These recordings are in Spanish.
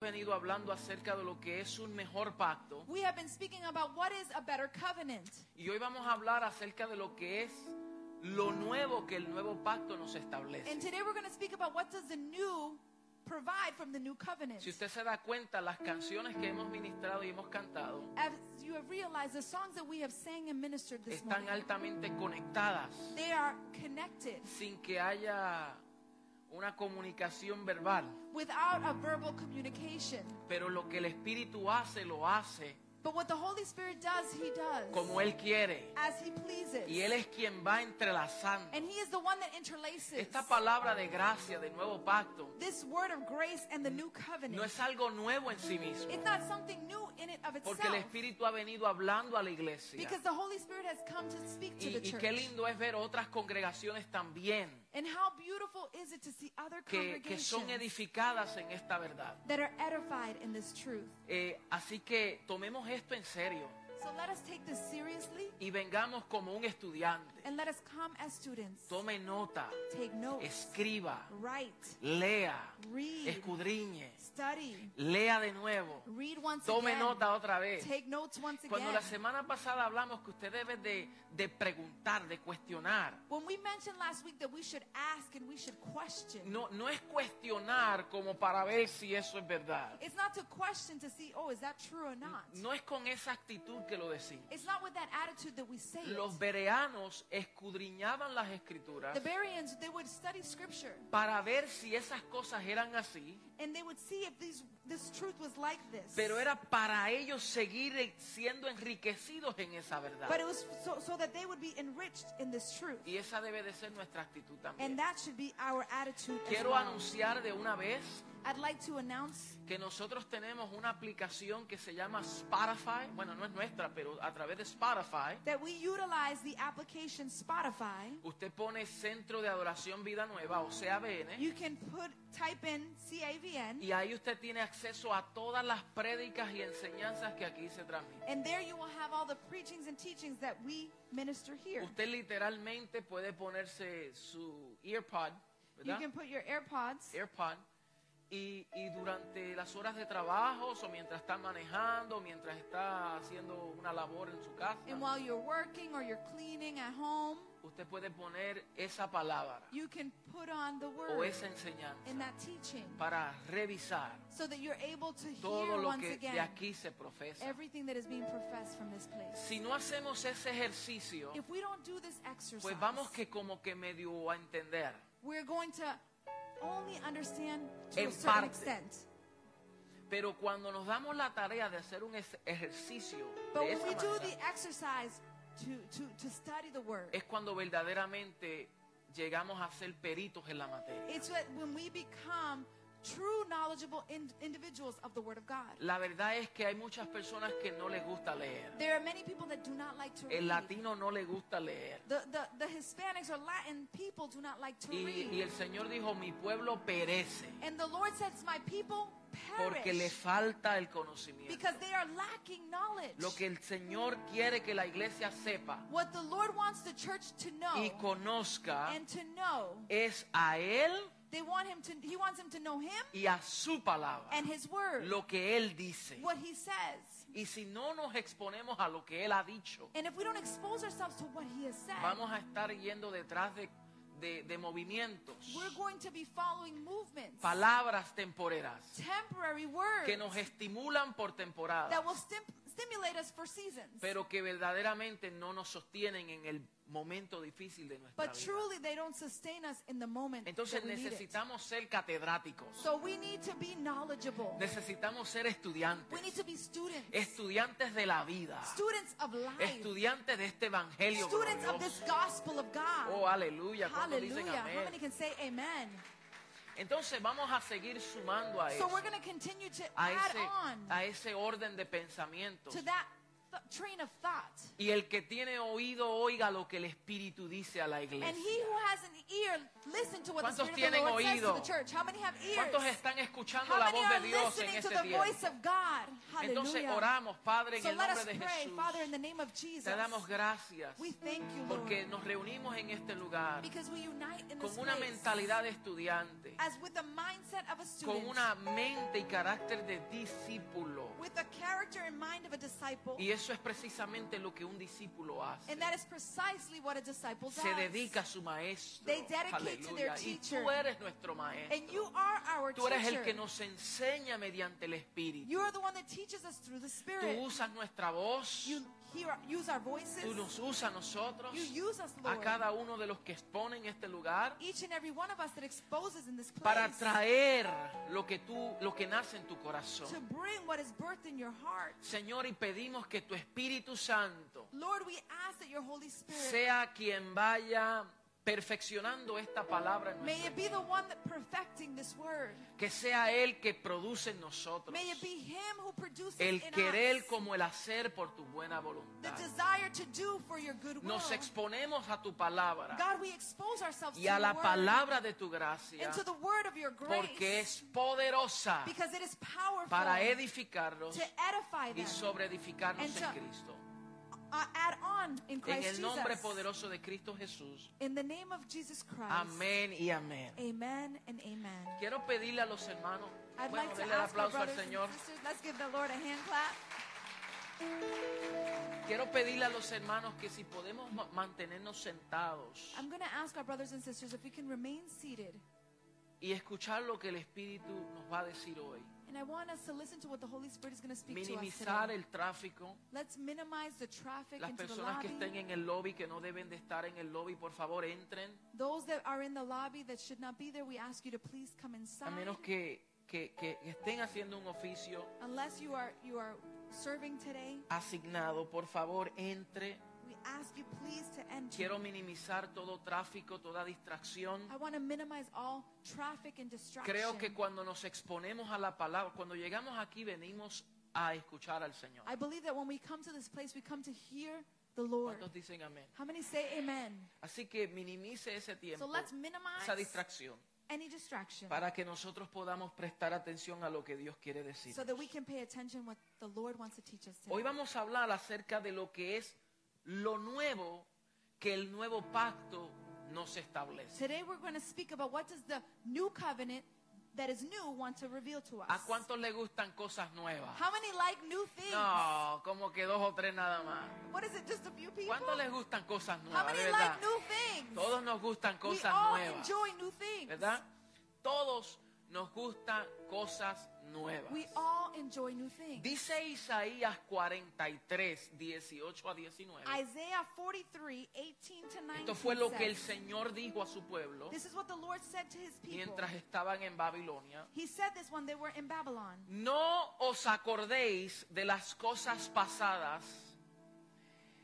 venido hablando acerca de lo que es un mejor pacto We have been speaking about what is a better covenant. y hoy vamos a hablar acerca de lo que es lo nuevo que el nuevo pacto nos And establece. today we're going to speak about what does the new provide from the new covenant. Si usted se da cuenta, las canciones que hemos ministrado y hemos cantado As you have realized, the songs that we have sang and ministered this están morning, altamente conectadas they are connected sin que haya una comunicación verbal, without a verbal communication. pero lo que el Espíritu hace lo hace But what the Holy Spirit does, He does como Él quiere as He pleases. y Él es quien va entrelazando. And He is the one that interlaces. Esta palabra de gracia, de nuevo pacto, This word of grace and the new covenant. no es algo nuevo en sí mismo, It's not something new in it of itself. porque el Espíritu ha venido hablando a la iglesia. Because the Holy Spirit has come to speak to Y, the y church. qué lindo es ver otras congregaciones también And how beautiful is it to see other que, que congregations son edificadas en esta verdad. that are edified in this truth. Eh, así que tomemos esto en serio So let us take this seriously y vengamos como un estudiante. and let us come as students. Tome nota, Take notes, escriba, write, lea, Read. escudriñe, study, lea de nuevo, read once tome again. nota otra vez. Take notes once Cuando again. la semana pasada hablamos que usted debe de, de preguntar, de cuestionar, When we mentioned last week that we should ask and we should question, no, no es cuestionar como para ver si eso es verdad. it's not to question to see, oh, is that true or not? No es con esa actitud que lo decimos. It's not with that attitude that we say it. Los bereanos escudriñaban las escrituras The Bereans, they would study scripture para ver si esas cosas eran así, and they would see if these, this truth was like this. pero era para ellos seguir siendo enriquecidos en esa But verdad. it was so, so that they would be enriched in this truth. Y esa debe de ser nuestra actitud And también. that should be our attitude as Quiero well. anunciar de una vez I'd like to announce que nosotros tenemos una aplicación que se llama Spotify. Bueno, no es nuestra, pero a través de Spotify, that we utilize the application Spotify. usted pone Centro de Adoración Vida Nueva o CABN You can put type in CAVN y ahí usted tiene acceso a todas las prédicas y enseñanzas que aquí se transmiten. and there you will have all the preachings and teachings that we minister here. Usted literalmente puede ponerse su earpod, You ¿verdad? can put your AirPods Earpod. Y, y durante las horas de trabajo, o mientras está manejando, mientras está haciendo una labor en su casa, and while you're working or you're cleaning at home, usted puede poner esa palabra you can put on the o word esa enseñanza in that teaching para revisar so that you're able to todo hear lo once que de again aquí se profesa. everything that is being professed from this place. Si no hacemos ese ejercicio, If we don't do this exercise, pues vamos que como que medio a entender. we're going to only understand to En a certain parte. extent. Pero cuando nos damos la tarea de hacer un es- ejercicio de But when esa we do manera, the exercise to, to, to study the word, es cuando verdaderamente llegamos a ser peritos en la materia. it's that when we become true knowledgeable in, individuals of the word of God. La verdad es que hay muchas personas que no les gusta leer. There are many people that do not like to El read. latino no le gusta leer. The, the, the Hispanics or Latin people do not like to Y, y read. el Señor dijo, mi pueblo perece And the Lord says, My people porque le perish falta el conocimiento. because they are lacking Lo knowledge. que el Señor quiere que la iglesia sepa What the Lord wants the church to y know conozca and to know. es a Él They want him to he wants him to know him y a su palabra, and his word. lo que Él dice. What he says. Y si no nos exponemos a lo que Él ha dicho, And if we don't expose ourselves to what he has said, vamos a estar yendo detrás de, de- de movimientos, we're going to be following movements, palabras temporeras temporary words que nos estimulan por temporada, that will stim- stimulate us for seasons. pero que verdaderamente no nos sostienen en el momento difícil de nuestra But vida. truly, they don't sustain us in the moment. Entonces that we need it. necesitamos ser catedráticos, So we need to be knowledgeable. necesitamos ser We need estudiantes, to be students, estudiantes de la vida, students of life, estudiantes de este evangelio. students of glorioso. this gospel of God. Oh, aleluya, cuando dicen Hallelujah. How many amén. can say amen? Entonces vamos a seguir sumando a So eso. we're going to continue to a add ese, on a ese orden de pensamientos to that th- train of thought. Y el que tiene oído, oiga lo que el Espíritu dice a la And iglesia. he who has an ear, listen to what the ¿Cuántos Spirit of the tienen Lord says to oído? the church. How many have ears? ¿Cuántos están escuchando How la many voz are de Dios en listening to este the voice tiempo? of God? Entonces Hallelujah. oramos, Padre, en So el let us nombre de pray, Jesús. Father, in the name of Jesus. Te damos gracias We thank you, porque Lord, nos reunimos en este lugar because we unite in this con una place mentalidad de estudiante, as with the mindset of a student, con una mente y carácter de discípulo. with the character and mind of a disciple. Y eso es precisamente lo que un discípulo hace. And that is precisely what a disciple does. Se dedica a su maestro. They dedicate to their Aleluya. Y teacher. tú eres nuestro And you maestro. are our Tú eres el teacher. que nos enseña mediante el Espíritu. You are the one that teaches us through the Tú Spirit. usas nuestra voz. You hear, use our voices. Tú nos usas a nosotros. You use us, A Lord. cada uno de los que exponen este lugar. Each and every one of us that exposes in this para place traer lo que tú lo que nace en tu to corazón. bring what is birthed in your heart. Señor, y pedimos que tu Espíritu Santo Lord, we ask that your Holy Spirit sea quien vaya perfeccionando esta palabra en may nosotros. it be the one that perfecting this word. Que sea él que produce en nosotros May it be Him who produces el in querer us como el hacer por tu buena the voluntad. desire to do for your good will. Nos exponemos a tu palabra God, we expose ourselves y to a your la word palabra de tu gracia and to the word of your porque grace es poderosa because it is powerful para to edificarnos edify y them sobreedificarnos And en to- Cristo. uh, add on in En Christ el nombre Jesus. poderoso de Cristo Jesús. In the name of Jesus Christ. Amén y amén. Amen and amen. Quiero pedirle a los hermanos, I'd bueno, like to denle el ask our aplauso al brothers and Señor. sisters, let's give the Lord a hand clap. Quiero pedirle a los hermanos que si podemos ma- mantenernos sentados I'm going to ask our brothers and sisters if we can remain seated. y escuchar lo que el Espíritu nos va a decir hoy. And I want us to listen to what the Holy Spirit is going to speak to us Minimizar today. el tráfico. Let's minimize the traffic Las into the personas que lobby. estén en el lobby, que no deben de estar en el lobby, por favor entren. Those that are in the lobby that should not be there, we ask you to please come A inside. menos que, que- que estén haciendo un oficio Unless you are you are serving today, asignado, por favor entre. we ask you please to enter. Quiero minimizar todo tráfico, toda distracción. I want to minimize all traffic and distraction. Creo que cuando nos exponemos a la palabra, cuando llegamos aquí venimos a escuchar al Señor. I believe that when we come to this place, we come to hear the Lord. ¿Cuántos dicen amén? How many say amen? Así que minimice ese So tiempo, let's esa minimize distracción, any distraction para que nosotros podamos prestar atención a lo que Dios quiere decir. so that we can pay attention what the Lord wants to teach us Hoy today. vamos a hablar acerca de lo que es lo nuevo que el nuevo pacto nos establece. Today we're going to speak about what does the new covenant that is new want to reveal to us. ¿A cuántos le gustan cosas nuevas? How many like new things? No, como que dos o tres nada más. What is it, just a few people? ¿Cuántos les gustan cosas How nuevas? de many verdad? like new things? Todos nos gustan we cosas all nuevas. enjoy new things. ¿verdad? Todos nos gustan cosas nuevas. We all enjoy new things. Dice Isaías 43, 18 a 19. Isaiah 43, 18 to 19 Esto fue lo que el says, Señor dijo a su pueblo This is what the Lord said to his people. mientras estaban en Babilonia. He said this when they were in Babylon. No os acordéis de las cosas pasadas,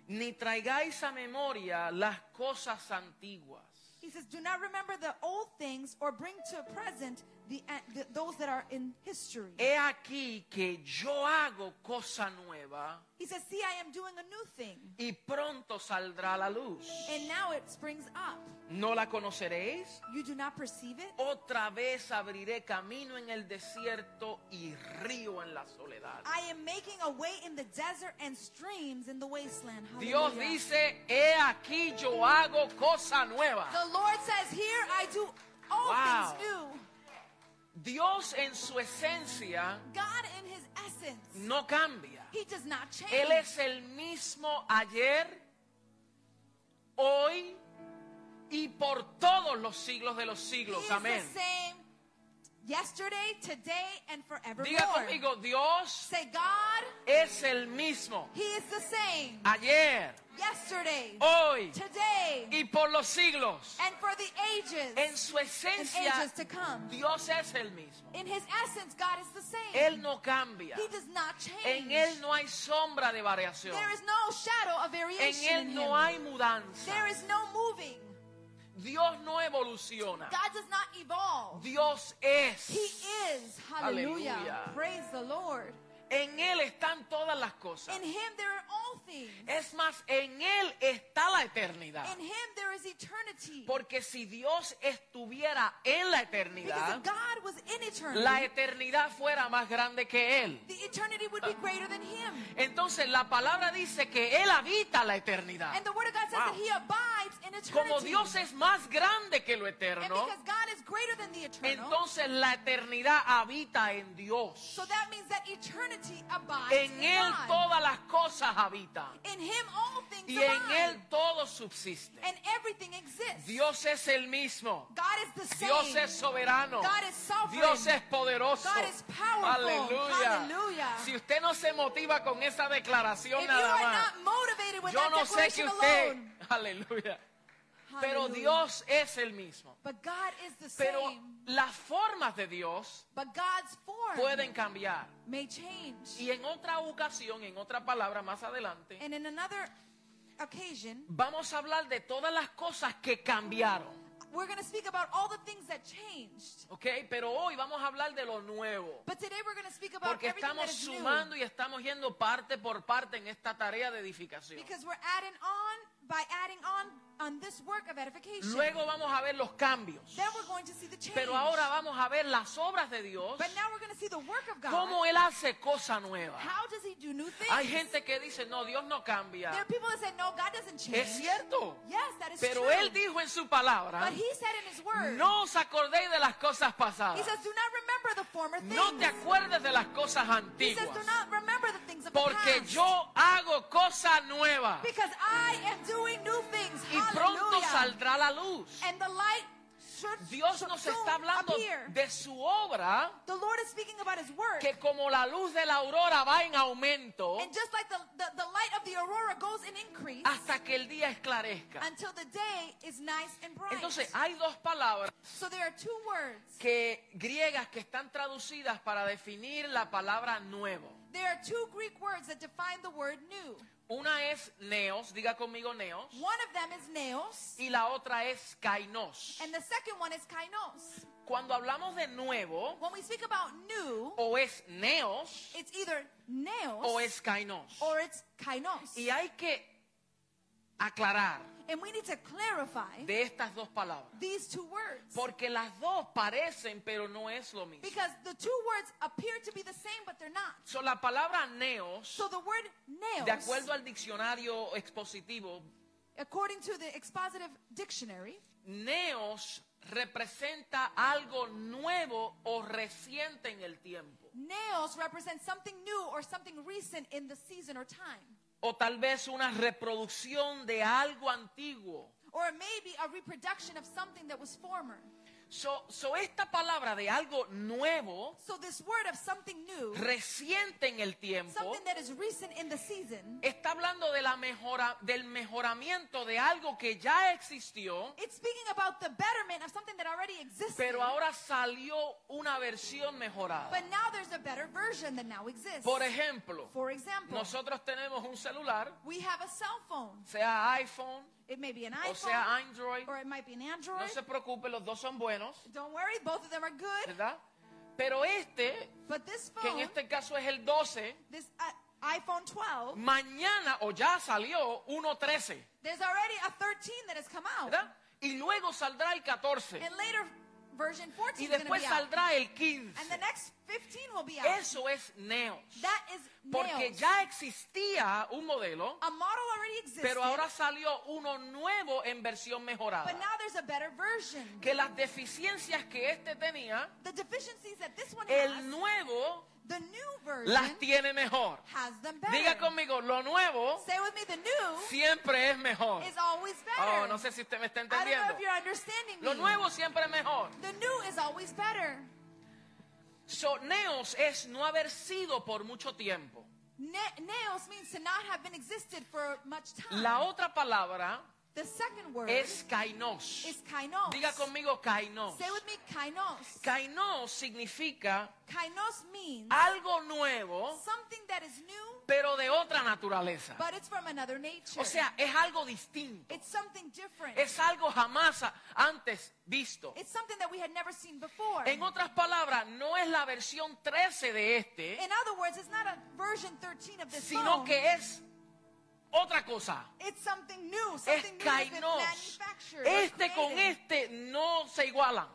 ni traigáis a memoria las cosas antiguas. He says, "Do not remember the old things or bring to present the, the those that are in history." He aquí que yo hago cosa nueva He says, "See, I am doing a new thing, y pronto saldrá a la luz. and now it springs up. ¿No la conoceréis? You do not perceive it. Otra vez abriré camino en el desierto y río en la soledad. I am making a way in the desert and streams in the wasteland." Dios Hallelujah. dice, he aquí yo hago cosa nueva. The Lord says, "Here I do all Wow. things new." Dios en su esencia God, in His essence, no cambia. He does not change. Él es el mismo ayer, hoy y por todos los siglos de los He siglos. is Amén. the same yesterday, today, and forevermore. Diga conmigo, Dios Say, God, es el mismo He is the same ayer, yesterday, hoy today, y por los siglos. and for the ages En su and esencia, ages to come. Dios es el mismo. In his essence, God is the same. Él no cambia. He does not En change. Él no hay sombra de variación. There is no shadow of En variation in Él no him. hay mudanza. There is no moving. Dios no evoluciona. God does not evolve. Dios He es. is. Hallelujah. Aleluya. Praise the Lord. En Él están todas las cosas. In him there are all things. Es más, en Él está la eternidad. In him there is eternity. Porque si Dios estuviera en la Because eternidad, if God was in eternity, la eternidad fuera más grande que Él. the eternity would be greater than him. Entonces la palabra dice que Él habita la eternidad. And the word of God says Wow. that he abides in eternity. Como Dios es más grande que lo and eterno, because God is greater than the eternal, entonces la eternidad habita en Dios. so that means that eternity abides En in Él God. todas las cosas habitan in him all things y en abide. Él todo subsiste. and everything exists. Dios es el mismo. God is the same. Dios es soberano. God is sovereign. Dios es poderoso. God is powerful. Aleluya. Hallelujah. Si usted no se motiva con esa if declaración you nada are más, not motivated with yo that no sé que declaration usted, alone, aleluya. Pero Hallelujah. Dios es el mismo. but God is the Pero same. las formas de Dios But God's form pueden cambiar. may change. Y en otra ocasión, en otra palabra más adelante, And in another occasion, vamos a hablar de todas las cosas que cambiaron. we're going to speak about all the things that changed. ¿Ok? Pero hoy vamos a hablar de lo nuevo. But today we're going to speak about Porque everything estamos that is new. sumando y estamos yendo parte por parte en esta tarea de edificación. Because we're adding on by adding on on this work of edification. Luego vamos a ver los cambios. then we're going to see the change. Pero ahora vamos a ver las obras de Dios. but now we're going to see the work of God. Cómo Él hace cosa nueva. How does he do new things? Hay gente que dice, no, Dios no there are cambia. people that say, no, God doesn't change. Es cierto. Yes, that is Pero true. Él dijo en su palabra, but he said in his word, no os acordéis de las cosas he pasadas. says, do not remember the former things. No te acuerdes de las cosas he says, do antiguas. not remember the things of the Porque past. yo hago cosa nueva. because I am doing new things. Y pronto Hallelujah. saldrá la luz. And the light should, Dios should nos soon está hablando appear. de su obra, The Lord is speaking about his work. que como la luz de la aurora va en aumento and just like the, the, the light of the aurora goes in increase hasta que el día esclarezca. until the day is nice and bright. Entonces, ah. hay dos palabras so there are two words. que griegas que están traducidas para definir la palabra nuevo. There are two Greek words that define the word new. Una es neos, diga conmigo neos, One of them is neos, y la otra es kainos. and the second one is kainos. Cuando hablamos de nuevo, When we speak about new, o es neos it's either neos o es kainos. or it's kainos. Y hay que aclarar And we need to clarify de estas dos palabras. these two words. Porque las dos parecen, pero no es lo mismo. Because the two words appear to be the same, but they're not. So, la palabra neos, So the word de nails, acuerdo al diccionario expositivo, according to the expositive dictionary, neos representa algo nuevo o reciente en el tiempo. nails represents something new or something recent in the season or time. O tal vez una reproducción de algo antiguo. Or maybe a reproduction of something that was former. So, so esta palabra de algo nuevo, So this word of something new, reciente en el tiempo, something that is recent in the season, está hablando de la mejora, del mejoramiento de algo que ya existió, it's speaking about the betterment of something that already existed. pero ahora salió una versión mejorada. but now there's a better version that now exists. Por ejemplo, For example, nosotros tenemos un celular, we have a cell phone. sea iPhone It may be an o iPhone, sea Android. or it might be an Android. No se preocupe, los dos son buenos, Don't worry, both of them are good. ¿verdad? Pero este, But this que en phone, este caso es el 12, this uh, iPhone 12, mañana o ya salió 1.13, there's already a 13 that has come out. ¿verdad? Y luego saldrá el 14 And later, version 14 y is going después to be out. saldrá el And the 15. next 15 will be out. Eso es Neo. that is Porque nails. ya existía un modelo, a model already exists, pero ahora salió uno nuevo en versión mejorada. but now there's a better version. que las deficiencias que este tenía, The deficiencies that this one has, el nuevo the new version las tiene mejor. has them better. Diga conmigo, lo nuevo Say with me, the new siempre es mejor. is always better. Oh, no sé si usted me está I don't know entendiendo. if you're understanding Lo me. nuevo siempre es mejor. the new is always better. So, neos es no haber sido por mucho tiempo. Ne- nails means to not have been existed for much time. La otra palabra The second Ah. word es kainos. is kainos. Diga conmigo kainos. Say with me kainos. Kainos significa Kainos means algo nuevo, something that is new, pero de otra naturaleza. but it's from another nature. O sea, es algo distinto. it's something different. Es algo jamás a- antes visto. it's something that we had never seen before. En otras palabras, no es la versión 13 de este, In other words, it's not a version 13 of this sino phone. que es otra cosa. It's something new, Es something new that's been kainos. manufactured. was Este con created. este no se igualan.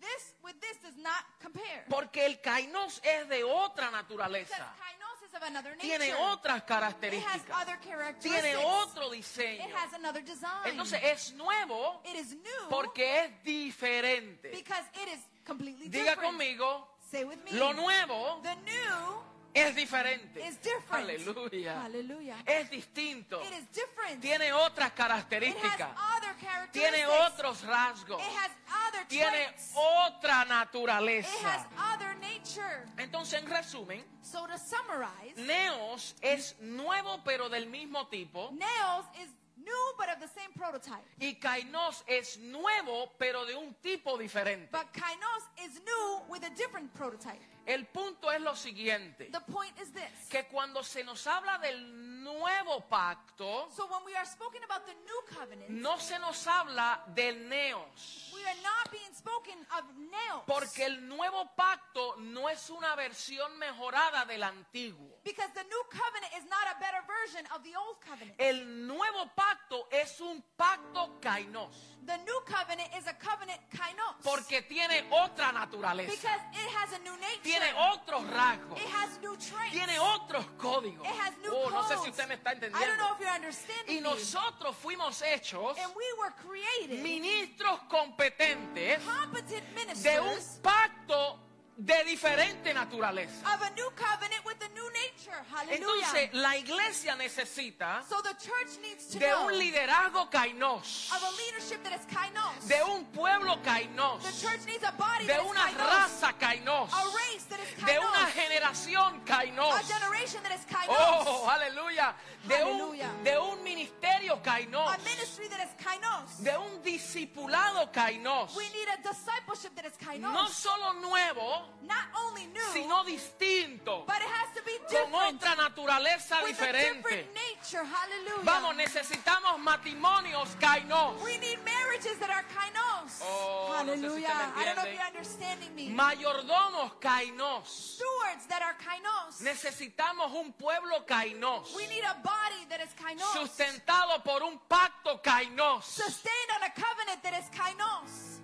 This with this does not compare. Porque el kainos es de otra Because naturaleza. kainos is of another nature. Tiene otras it has características. other characteristics. Tiene otro It diseño. has another design. Entonces es nuevo it is new porque es diferente. because it is completely Diga different. conmigo, Say with me. lo nuevo the new es diferente. is different. Aleluya. Hallelujah. Es distinto. It is different. Tiene otras it has características. other characteristics. Tiene otros rasgos. it has other Tiene traits. otra It has naturaleza. other nature. Entonces, en resumen, So to summarize, Neos es nuevo pero del mismo tipo Nails is new but of the same prototype. y Kainos es nuevo pero de un tipo diferente. But Kainos is new with a different prototype. El punto es lo siguiente, The point is this. que cuando se nos habla del nuevo pacto, So when we are spoken about the new covenant, no se nos habla del Neos, we are not being spoken of nails. porque el nuevo pacto no es una versión mejorada del antiguo. because the new covenant is not a better version of the old covenant. El nuevo pacto es un pacto Kainos, The new covenant is a covenant kainos. porque tiene otra naturaleza, because it has a new nature. tiene otros rasgos. it has new traits. tiene otros códigos. it has new Oh, no sé codes. si usted me está I don't know entendiendo. if you're understanding Y me. nosotros fuimos hechos And we were created ministros competentes competent ministers de un pacto de diferente naturaleza. of a new covenant with a new nature. Hallelujah. Entonces, la iglesia necesita so the church needs to de know un liderazgo kainos, of a leadership that is kainos. de un pueblo kainos, the church needs a body de that is una kainos, raza kainos, a race that is de kainos, una generación a kainos. generation that is kainos, Oh, aleluya. De Aleluya. un, de un ministerio kainos. a ministry that is kainos. de un discipulado kainos, we need a discipleship that is kainos. no solo nuevo, Not only new, sino distinto, but it has to be con different otra naturaleza with a different diferente. nature. Hallelujah. Vamos, necesitamos matrimonios kainos, we need marriages that are kainos. Oh, no sé si usted me Hallelujah. I don't know entiende. if you're understanding me. mayordomos kainos. stewards that are kainos. Necesitamos un pueblo kainos, We need a body that is kainos. sustentado por un pacto kainos. Sustained on a covenant that is kainos.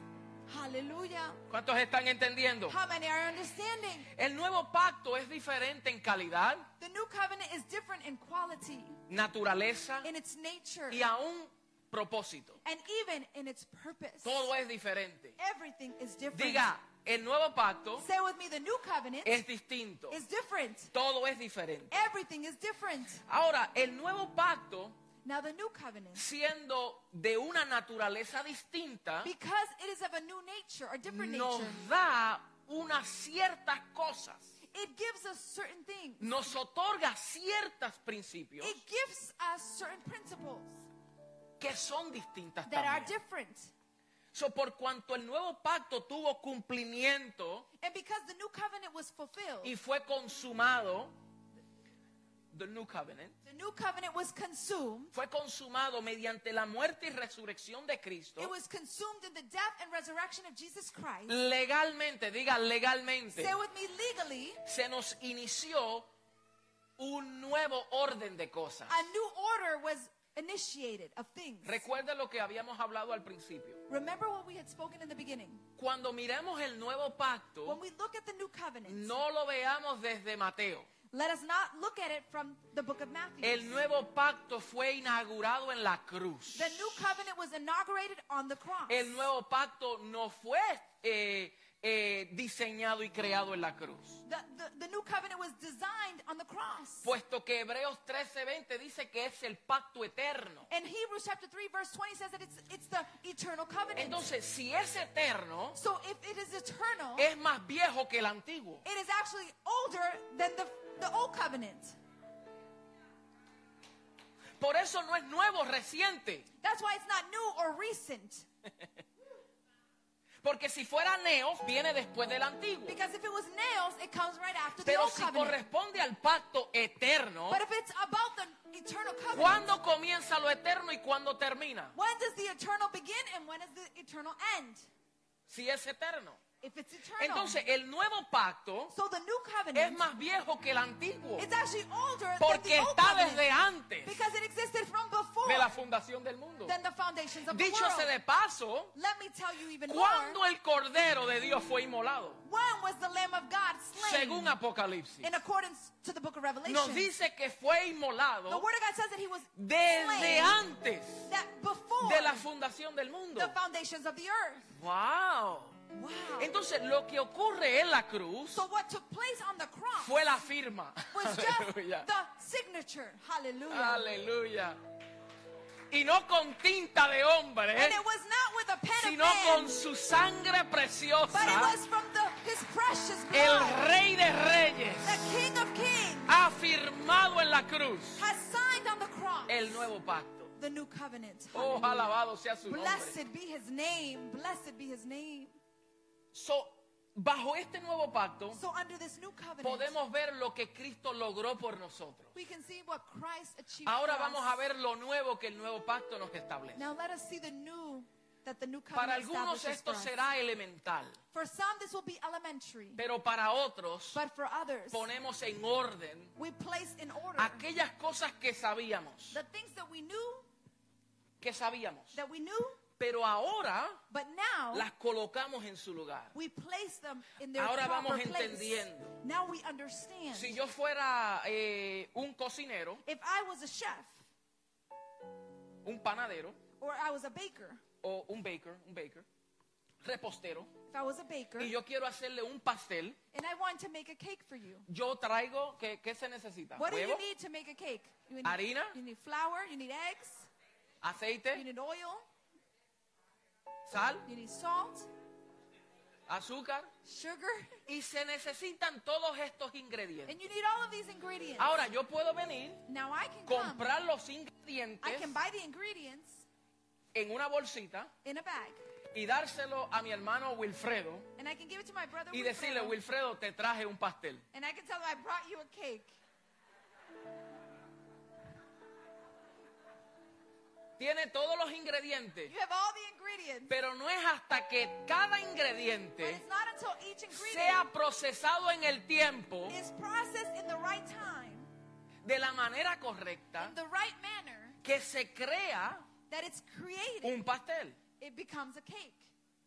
Hallelujah. ¿Cuántos están entendiendo? How many are understanding? El nuevo pacto es diferente en calidad, The new covenant is different in quality, naturaleza in its nature, y aún propósito. and even in its purpose. Todo es diferente. Everything is different. Diga, el nuevo pacto Say with me, the new covenant es distinto. is different. Todo es diferente. Everything is different. Ahora, el nuevo pacto, Now, the new covenant, siendo de una naturaleza distinta, because it is of a new nature, a different nos nature, da unas ciertas cosas, it gives us certain things. nos otorga ciertos principios It gives us certain principles que son distintas that are también. different. So, por cuanto el nuevo pacto tuvo cumplimiento And because the new covenant was fulfilled, y fue consumado, the new covenant, the new covenant was consumed. fue consumado mediante la muerte y resurrección de Cristo. It was consumed in the death and resurrection of Jesus Christ. legalmente, diga legalmente, Say with me legally, se nos inició un nuevo orden de cosas. a new order was initiated of things. Recuerda lo que habíamos hablado al principio. Remember what we had spoken in the beginning. Cuando miremos el nuevo When pacto, we look at the new covenant, no lo veamos desde Mateo. let us not look at it from the book of Matthew. El nuevo pacto fue inaugurado en la cruz. The new covenant was inaugurated on the cross. El nuevo pacto no fue eh, eh, diseñado y creado en la cruz. The, the, the new covenant was designed on the cross. Puesto que Hebreos 13:20 dice que es el pacto eterno. And Hebrews chapter 3 verse 20 says that it's it's the eternal covenant. Entonces, si es eterno, so if it is eternal, es más viejo que el antiguo. it is actually older than the the old covenant. Por eso no es nuevo, reciente. That's why it's not new or recent. Porque si fuera Neos, viene después del antiguo. Because if it was nails, it comes right after the Pero old si covenant. corresponde al pacto eterno, But if it's about the eternal covenant, ¿cuándo comienza lo eterno y cuándo termina? when does the eternal begin and when does the eternal end? Si es eterno. If it's eternal. Entonces, el nuevo pacto so the new es covenant más viejo que el antiguo. is actually older than Porque the old está covenant. desde antes Because it existed from before de la fundación del mundo. than the foundations of Dicho the sea world. de paso, Let me tell you even cuando more. el Cordero de Dios fue inmolado, When was the Lamb of God slain? según Apocalipsis, in accordance to the book of Revelation. nos dice que fue the inmolado Word of God says that he was desde slain antes that before de la fundación del mundo. the foundations of the earth. Wow. Wow. Entonces, lo que ocurre en la cruz so what took place on the cross fue la firma. was just Aleluya. the signature. Hallelujah. Aleluya. Y no con tinta de pues. hombre, And it was not with a pen sino of man, con su sangre but it preciosa. was from the, his precious El blood. Rey de Reyes the King of Kings ha firmado en la cruz has signed on the cross el nuevo pacto. the new covenant. Oh, alabado sea su nombre. Blessed be his name. Blessed be his name. So, bajo este nuevo pacto So under this new covenant, podemos ver lo que Cristo logró por nosotros. we can see what Christ achieved Ahora for vamos us. a ver lo nuevo que el nuevo pacto nos establece. Now let us see the new that the new Para covenant algunos establishes esto for us. será elemental, For some this will be elementary, pero para otros but for others ponemos en orden we place in order aquellas cosas que sabíamos, the things that we knew que sabíamos, that we knew, pero ahora but now las colocamos en su lugar. we place them in their Ahora proper vamos place. entendiendo. Now we understand. Si yo fuera eh, un cocinero, if I was a chef un panadero or I was a baker, o un baker, un baker, repostero, if I was a baker y yo quiero hacerle un pastel, and I want to make a cake for you, yo traigo, ¿qué, qué se necesita? what do you Huevo, need to make a cake? You need, Harina. ¿Eh? You need flour. You need eggs. You aceite, need oil. sal, You need salt, azúcar, sugar. y se necesitan todos estos ingredientes. And you need all of these ingredients. Ahora yo puedo venir, now I can come. comprar los I ingredientes can buy the ingredients en una bolsita in a bag. y dárselo a mi hermano Wilfredo And I can give it to my brother y decirle, Wilfredo, Wilfredo, te traje un pastel. and I can tell him I brought you a cake. Tiene todos los ingredientes. You have all the ingredients. Pero no es hasta que cada But ingrediente it's not until each ingredient sea procesado en el tiempo is processed in the right time, de la manera in correcta the right manner, que se crea that it's created. un pastel. It becomes a cake.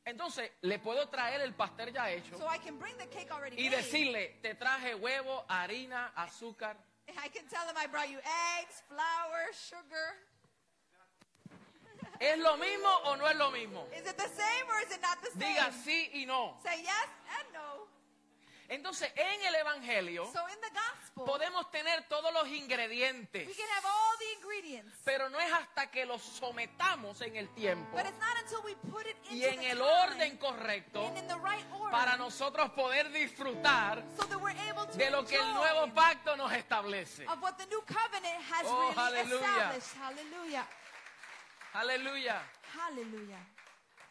Entonces, le puedo traer el pastel ya hecho So I can bring the cake already y made. decirle, te traje huevo, harina, azúcar. And I can tell him I brought you eggs, flour, sugar. ¿Es lo mismo o no es lo mismo? Is it the same or is it not the same? Diga sí y no. Say yes and no. Entonces, en el Evangelio So in the gospel, podemos tener todos los we ingredientes, can have all the ingredients, pero no es hasta que los sometamos en el tiempo but it's not until we put it into y en the el time orden correcto and in the right order para nosotros poder disfrutar so that we're able to de lo que el nuevo enjoy pacto nos establece. of what the new covenant has Oh, really hallelujah. established. Hallelujah. Aleluya. Hallelujah.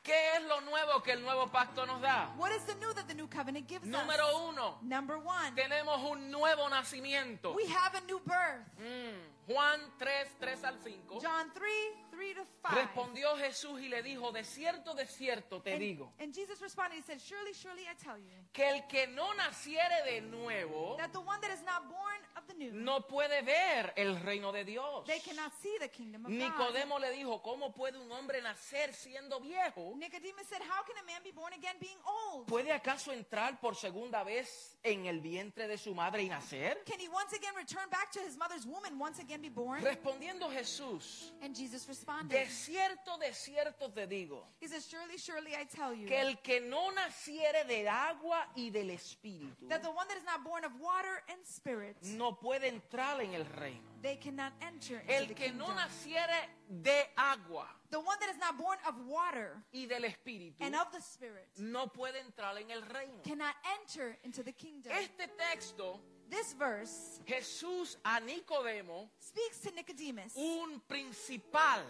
¿Qué es lo nuevo que el nuevo pacto nos da? What is the new that the new covenant gives us? Número uno, Number one, tenemos un nuevo nacimiento. we have a new birth. Mm, Juan 3, 3 al 5. John 3, 3 to 5. Respondió Jesús y le dijo, de cierto, de cierto te and, digo, and Jesus responded, he said, Surely, surely I tell you que el que no naciere de nuevo that the one that is not born of the new, no puede ver el reino de Dios. they cannot see the kingdom of God. Nicodemo le dijo, ¿cómo puede un hombre nacer siendo viejo? Nicodemus said, How can a man be born again being old? ¿Puede acaso entrar por segunda vez en el vientre de su madre y nacer? Can he once again return back to his mother's womb and once again be born? Respondiendo Jesús, And Jesus responded, de cierto, de cierto te digo, He says, Surely, surely I tell you que el que no naciere del agua y del espíritu that the one that is not born of water and spirit, no puede entrar en el reino. they cannot enter into El the que no kingdom. naciere de agua The one that is not born of water y del espíritu and of the spirit no puede entrar en el reino. cannot enter into the kingdom. Este texto This verse Jesús a Nicodemo, speaks to Nicodemus. un principal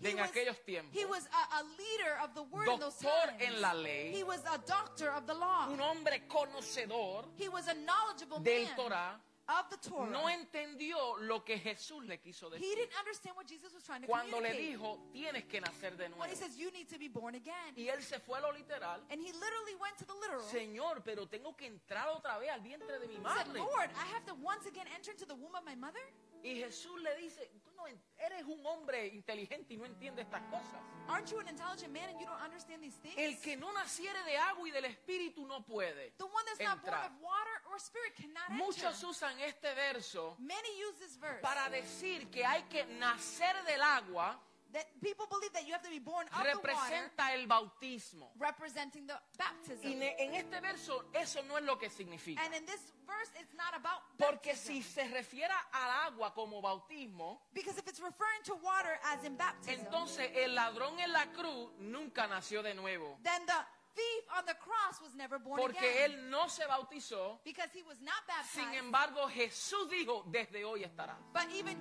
de He en was, aquellos tiempos, he was a, a leader of the word in those Doctor times. en la ley. He was a doctor of the law. un hombre conocedor He was a knowledgeable del Oh, man Torah, of the Torah. no entendió lo que Jesús le quiso he decir didn't understand what Jesus was trying to cuando le communicate. dijo, tienes que nacer de when he nuevo. says, you need to be born again. Y él se fue a lo literal, and he literally went to the literal. Señor, pero tengo que entrar otra vez al vientre de mi said, madre. Lord, I have to once again enter into the womb of my mother? Y Jesús le dice, tú no en- eres un hombre inteligente y no entiendes estas cosas. Aren't you an intelligent man and you don't understand these things? El que no naciere de agua y del espíritu no puede the one that's not born entrar. of water or spirit cannot Muchos enter. usan este verso Many use this verse para decir que hay que nacer del agua, that people believe that you have to be born of the water, representa el bautismo. representing the baptism. Y ne- en este verso eso no es lo que significa. and in this verse, it's not about Porque baptism. si se refiere al agua como bautismo, because if it's referring to water as in baptism, entonces el ladrón en la cruz nunca nació de nuevo. then the thief on the cross was never born Porque again él no se bautizó. because he was not baptized. Sin embargo, Jesús dijo, desde hoy estarás. but even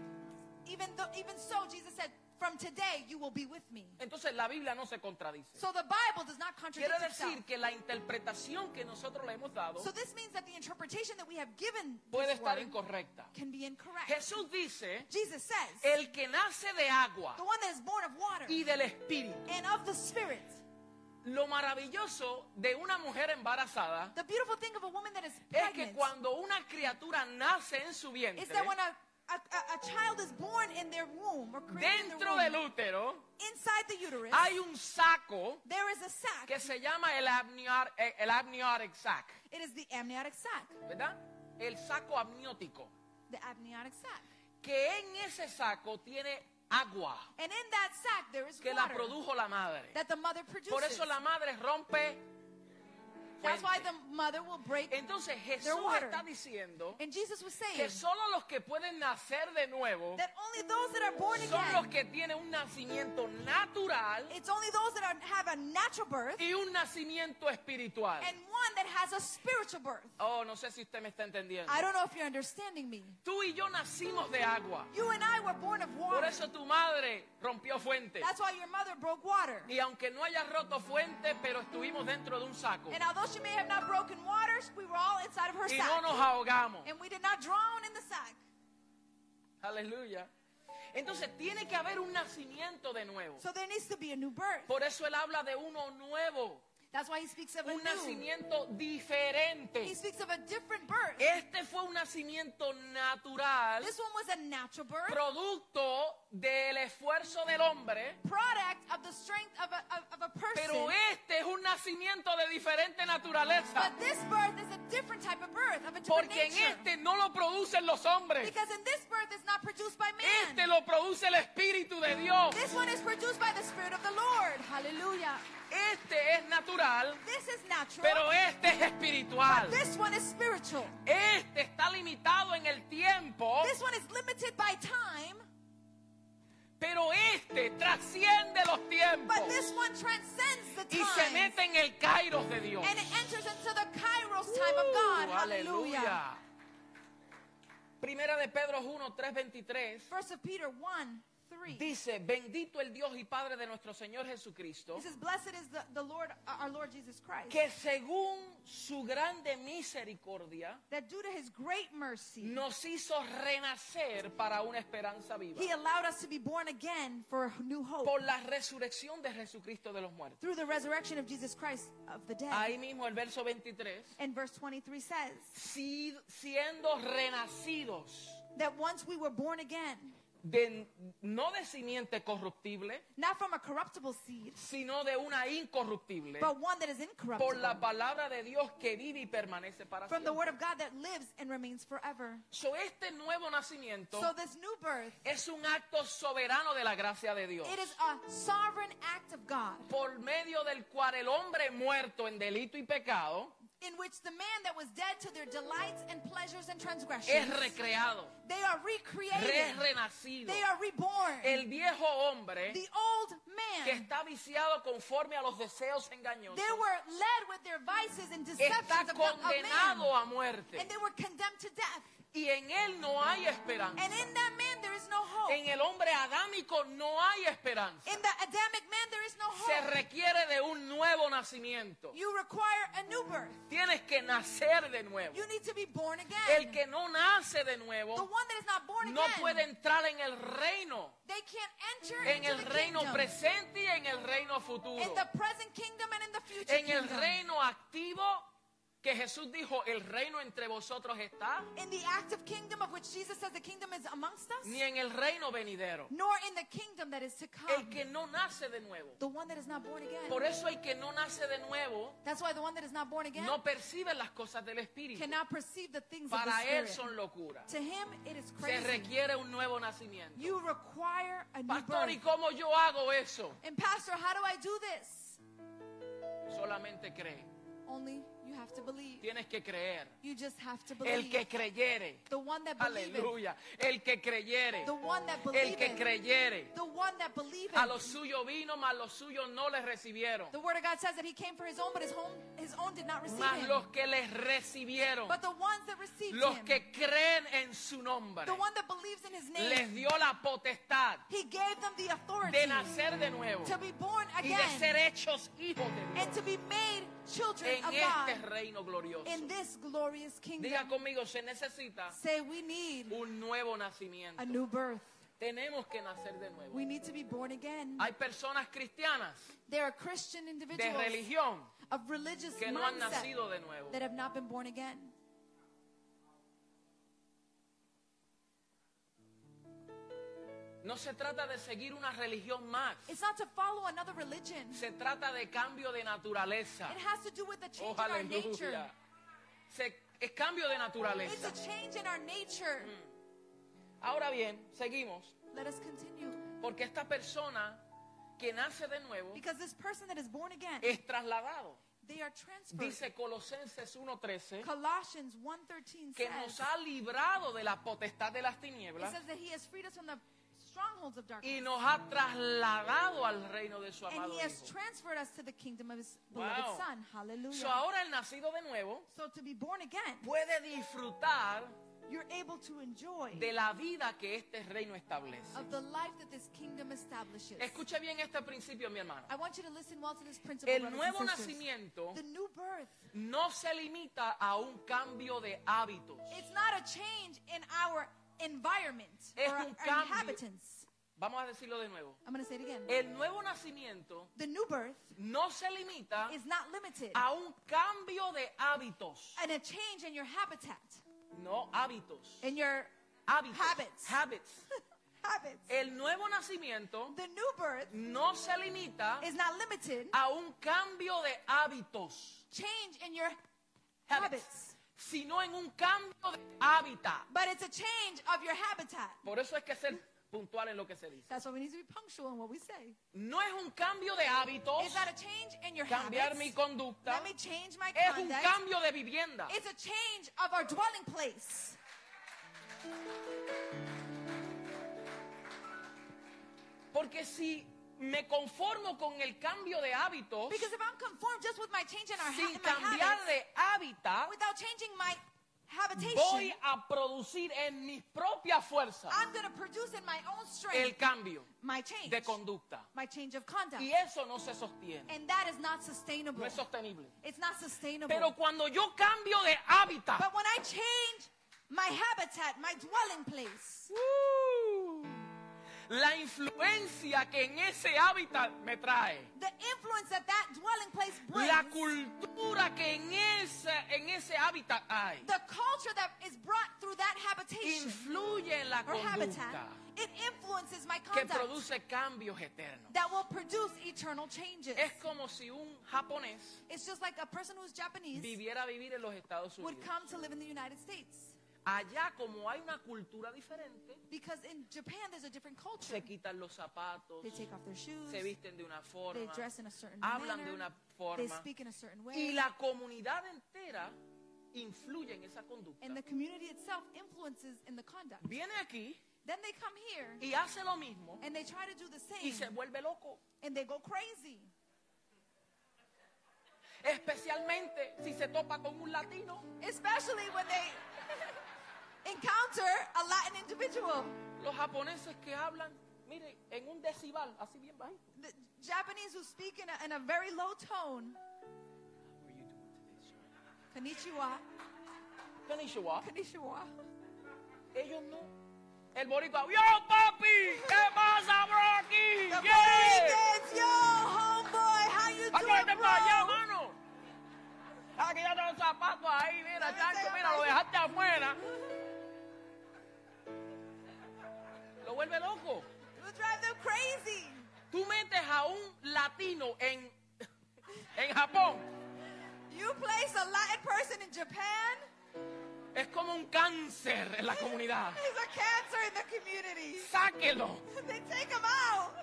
even though, even so, Jesus said, "From today, you will be with me." Entonces la Biblia no se contradice. So the Bible does not contradict Quiere itself. decir que la interpretación que nosotros le hemos dado So this means that the interpretation that we have given puede this estar word incorrecta. can be incorrect. Jesús dice, Jesus says, el que nace de agua the one that is born of water y del espíritu. and of the Spirit. Lo maravilloso de una mujer embarazada The beautiful thing of a woman that is es que pregnant cuando una criatura nace en su is vientre, that when a, a, a- a child is born in their womb or created in their dentro womb, del útero inside the uterus, hay un saco there is a sac. que se llama el, amniar- eh, el amniotic sac, It is the amniotic sac. ¿verdad? El saco amniótico, The amniotic sac. que en ese saco tiene agua And in that sac there is que la water produjo la madre. that the mother produces. Por eso la madre rompe. That's why fuente. the mother will break. Entonces Jesús Their water. está diciendo and Jesus was que saying solo los que pueden nacer de nuevo that only those that are born son los again que tienen un nacimiento natural It's only those that are, have a natural birth y un nacimiento espiritual. and one that has a spiritual birth. Oh, no sé si usted me está entendiendo. I don't know if you're understanding me. Tú y yo nacimos de agua. You and I were born of Por water. eso tu madre rompió fuente. That's why your mother broke water. Y aunque no haya roto fuente, pero estuvimos dentro de un saco. And although she may have not broken waters, we were all inside of her Y no sack. nos ahogamos. And we did not drown in the sack. Aleluya. Entonces tiene que haber un nacimiento de nuevo. So there needs to be a new birth. Por eso él habla de uno nuevo, That's why he speaks of a un new. nacimiento diferente. He speaks of a different birth. Este fue un nacimiento natural, This one was a natural birth, producto del esfuerzo del hombre, product of the strength of a, of, of a pero person. este es un nacimiento de diferente naturaleza, But this birth is a different type of birth, of a different porque en nature. este no lo producen los hombres, Because in this birth is not produced by man. este lo produce el Espíritu de Dios, This one is produced by the Spirit of the Lord. Hallelujah. este es natural, This is natural. pero este es espiritual, this one is spiritual. este está limitado en el tiempo, This one is limited by time, pero este trasciende los tiempos but this one transcends the y se time. mete en el Kairos de Dios. And it enters into the Kairos time of God. Uh, Hallelujah. Primera de Pedro 1, 3, 23 Verse of Peter 1 3. dice, bendito el Dios y Padre de nuestro Señor Jesucristo, This is blessed is the, the Lord, our Lord Jesus Christ. que según su grande misericordia That due to his great mercy, nos hizo renacer para una esperanza viva he allowed us to be born again for a new hope por la resurrección de Jesucristo de los muertos. through the resurrection of Jesus Christ of the dead. Ahí mismo el verso 23, And verse 23 says, "Si- siendo renacidos that once we were born again, de, no de simiente corruptible, not from a corruptible seed, sino de una incorruptible. but one that is por incorruptible, la palabra de Dios que vive y permanece para from the siempre. word of God that lives and remains forever. So, este nuevo nacimiento So this new birth, es un acto soberano de la gracia de Dios, it is a sovereign act of God por medio del cual el hombre muerto en delito y pecado in which the man that was dead to their delights and pleasures and es transgressions, recreado, they are es recreated. renacido. They are reborn. El viejo hombre The old que man, está viciado conforme a los deseos engañosos they were led with their vices and está deceptions of, of condenado man, a muerte and they were condemned to death. y en él no hay esperanza. And in that man there is no hope. En el hombre adámico no hay esperanza. In the Adamic man there is no Se hope. requiere de un nuevo nacimiento. You require a new birth. Tienes que nacer de nuevo. You need to be born El again. que no nace de The nuevo one that is not born no puede again, entrar en el reino, they can't enter en into el the reino kingdom. presente y en el reino In futuro, the present kingdom and in the future en el kingdom. reino activo que Jesús dijo, el reino entre vosotros está, In the active kingdom of which Jesus says the kingdom is amongst us, ni en el reino venidero. nor in the kingdom that is to come. El que no nace de nuevo. The one that is not born again. Por eso el que no nace de nuevo That's why the one that is not born again no percibe las cosas del Espíritu. cannot perceive the things of Para él the spirit. son locuras. To him it is Se crazy. requiere un nuevo nacimiento. You require a new Pastor, ¿y birth. cómo yo hago eso? And pastor, how do I do this? Solamente cree. Only you have to believe. Tienes que creer. You just have to El believe. que creyere. The one that believeth. Aleluya. El que creyere. The one that El que believeth. creyere. The one that believeth. A lo suyo vino, mas los suyos no le recibieron. The word of God says that he came for his own, but his own, his own did not receive Mas him. los que les recibieron, But the ones that received los him, que creen en su nombre, the one that believes in his name, les dio la potestad he gave them the authority de nacer de nuevo to be born y de again ser hechos hijos de Dios and to be made children en of este God reino glorioso. in this glorious kingdom. Diga conmigo, se necesita Say, we need un nuevo a nacimiento. new birth. Tenemos que nacer de nuevo. We need to be born again. Hay personas cristianas There are Christian de individuals religión of religious que no han mindset nacido de nuevo. that have not been born again. No se trata de seguir una religión más. It's not to follow another religion. Se trata de cambio de naturaleza. It has to do with the Oh, change in our nature. aleluya. Se- es cambio de It's naturaleza. a change in our nature. Mm. Ahora bien, seguimos. Let us continue. Porque esta persona que nace de nuevo Because this person that is born again, es trasladado. they are transferred. Eh, Dice Colosenses 1.13 Colossians 1.13 que says, nos ha librado de la potestad de las it tinieblas says that he has freed us from the strongholds of darkness. y nos ha trasladado al reino de su And amado he has Hijo. transferred us to the kingdom of his Wow. beloved son. Hallelujah. So ahora el nacido de nuevo so to be born again, puede disfrutar you're able to enjoy de la vida que este reino establece. of the life that this kingdom establishes. Escuche bien este principio, mi hermano. I want you to listen well to this principle. El brothers nuevo and sisters. nacimiento the new birth. no se limita a un cambio de hábitos. It's not a change in our environment Es or un our cambio. inhabitants. Vamos a decirlo de nuevo. I'm going to say it again. El nuevo nacimiento The new birth no se limita is not limited a un cambio de hábitos. and a change in your habitat, No, hábitos. in your Hábitos. Habits. Habits. habits. El nuevo nacimiento The new birth no se limita is not limited. a un cambio de hábitos, Change in your habits, habits, sino en un cambio de hábitat. but it's a change of your habitat. Por eso es que ser puntual en lo que se dice. That's why we need to be punctual in what we say. No es un cambio de hábitos, It's not a change in your cambiar habits. mi conducta, Let me change my es un conduct. cambio de vivienda. It's a change of our dwelling place. Porque si me conformo con el cambio de hábitos, Because if I'm conformed just with my change in our ha- sin in my cambiar habits, de hábitat, without changing my habitation, voy a producir en mis propias fuerzas I'm going to produce in my el own strength cambio my change, de conducta. my change of conduct. Y eso no se sostiene, And that is not sustainable. no es sostenible. It's not sustainable. Pero cuando yo cambio de hábitat, but when I change my habitat, my dwelling place, ¡uh! la influencia que en ese hábitat me trae, the influence that that dwelling place brings, la cultura que en ese, en ese hábitat hay, the culture that is brought through that habitation influye en la or habitat, conducta it influences my que conduct produce cambios eternos. that will produce eternal changes. Es como si un japonés It's just like a person who's Japanese viviera a vivir en los Estados would Unidos. come to live in the United States Allá como hay una cultura diferente, because in Japan there's a different culture. se quitan los zapatos, They take off their shoes, se visten de una they forma, dress in a certain hablan de manner, una They forma. speak in a certain way. Y la comunidad entera influye en esa conducta. And the community itself influences in the conduct. Viene aquí Then they come here y hace lo mismo and they try to do the y same se vuelve loco. and they go crazy. Especialmente si se topa con un latino. Especially when they encounter a Latin individual. Los japoneses que hablan, mire, en un decibal, así bien bajito. The Japanese who speak in a, in a very low tone. Konnichiwa. Konnichiwa. Konnichiwa. Ellos no. El boricua, yo papi, ¿qué pasa por aquí? The Yeah. Mexicans, yo, homeboy, how you doing, Acuérdate bro? para este allá, mano. Aquí ya están los zapatos ahí, mira, Dame ese chancho, mira, lo zapato. dejaste afuera. Lo vuelve loco. It would drive them crazy. Tú metes a un latino en, en Japón, You place a Latin person in Japan, es como un cáncer en la comunidad. he's a cancer in the community. Sáquelo. They take him out.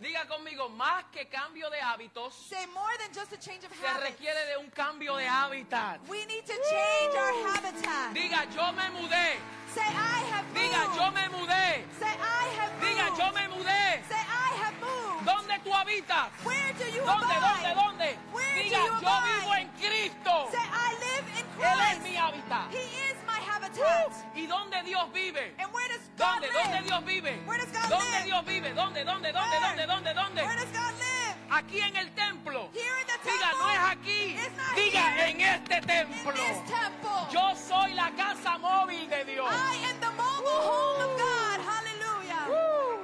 Diga conmigo, más que cambio de hábitos, Say more than just a change of se habit. requiere de un cambio de hábitat. We need to change our habitat. Diga, yo me mudé. Say I have Diga, yo moved. me mudé. Say I have Diga, yo moved. me mudé. Say I have moved. ¿Dónde tú habitas? Where do you ¿Dónde, dónde, abide? dónde? Where do Diga, you yo abide? vivo en Cristo. Say I live in Él es mi Christ. hábitat. He is my habitat. ¿Y dónde Dios vive? And where does God ¿Dónde, dónde live? Dios vive? Where does God ¿Dónde live? Dios vive? ¿Dónde, dónde, dónde, Where? dónde, dónde, dónde? Where does God live? Aquí en el templo. Here in the Diga, temple. no es aquí. It's not Diga, here. en este Ah. In this templo. temple. Yo soy la casa móvil de Dios. I am the mobile home of God. Hallelujah. Uh.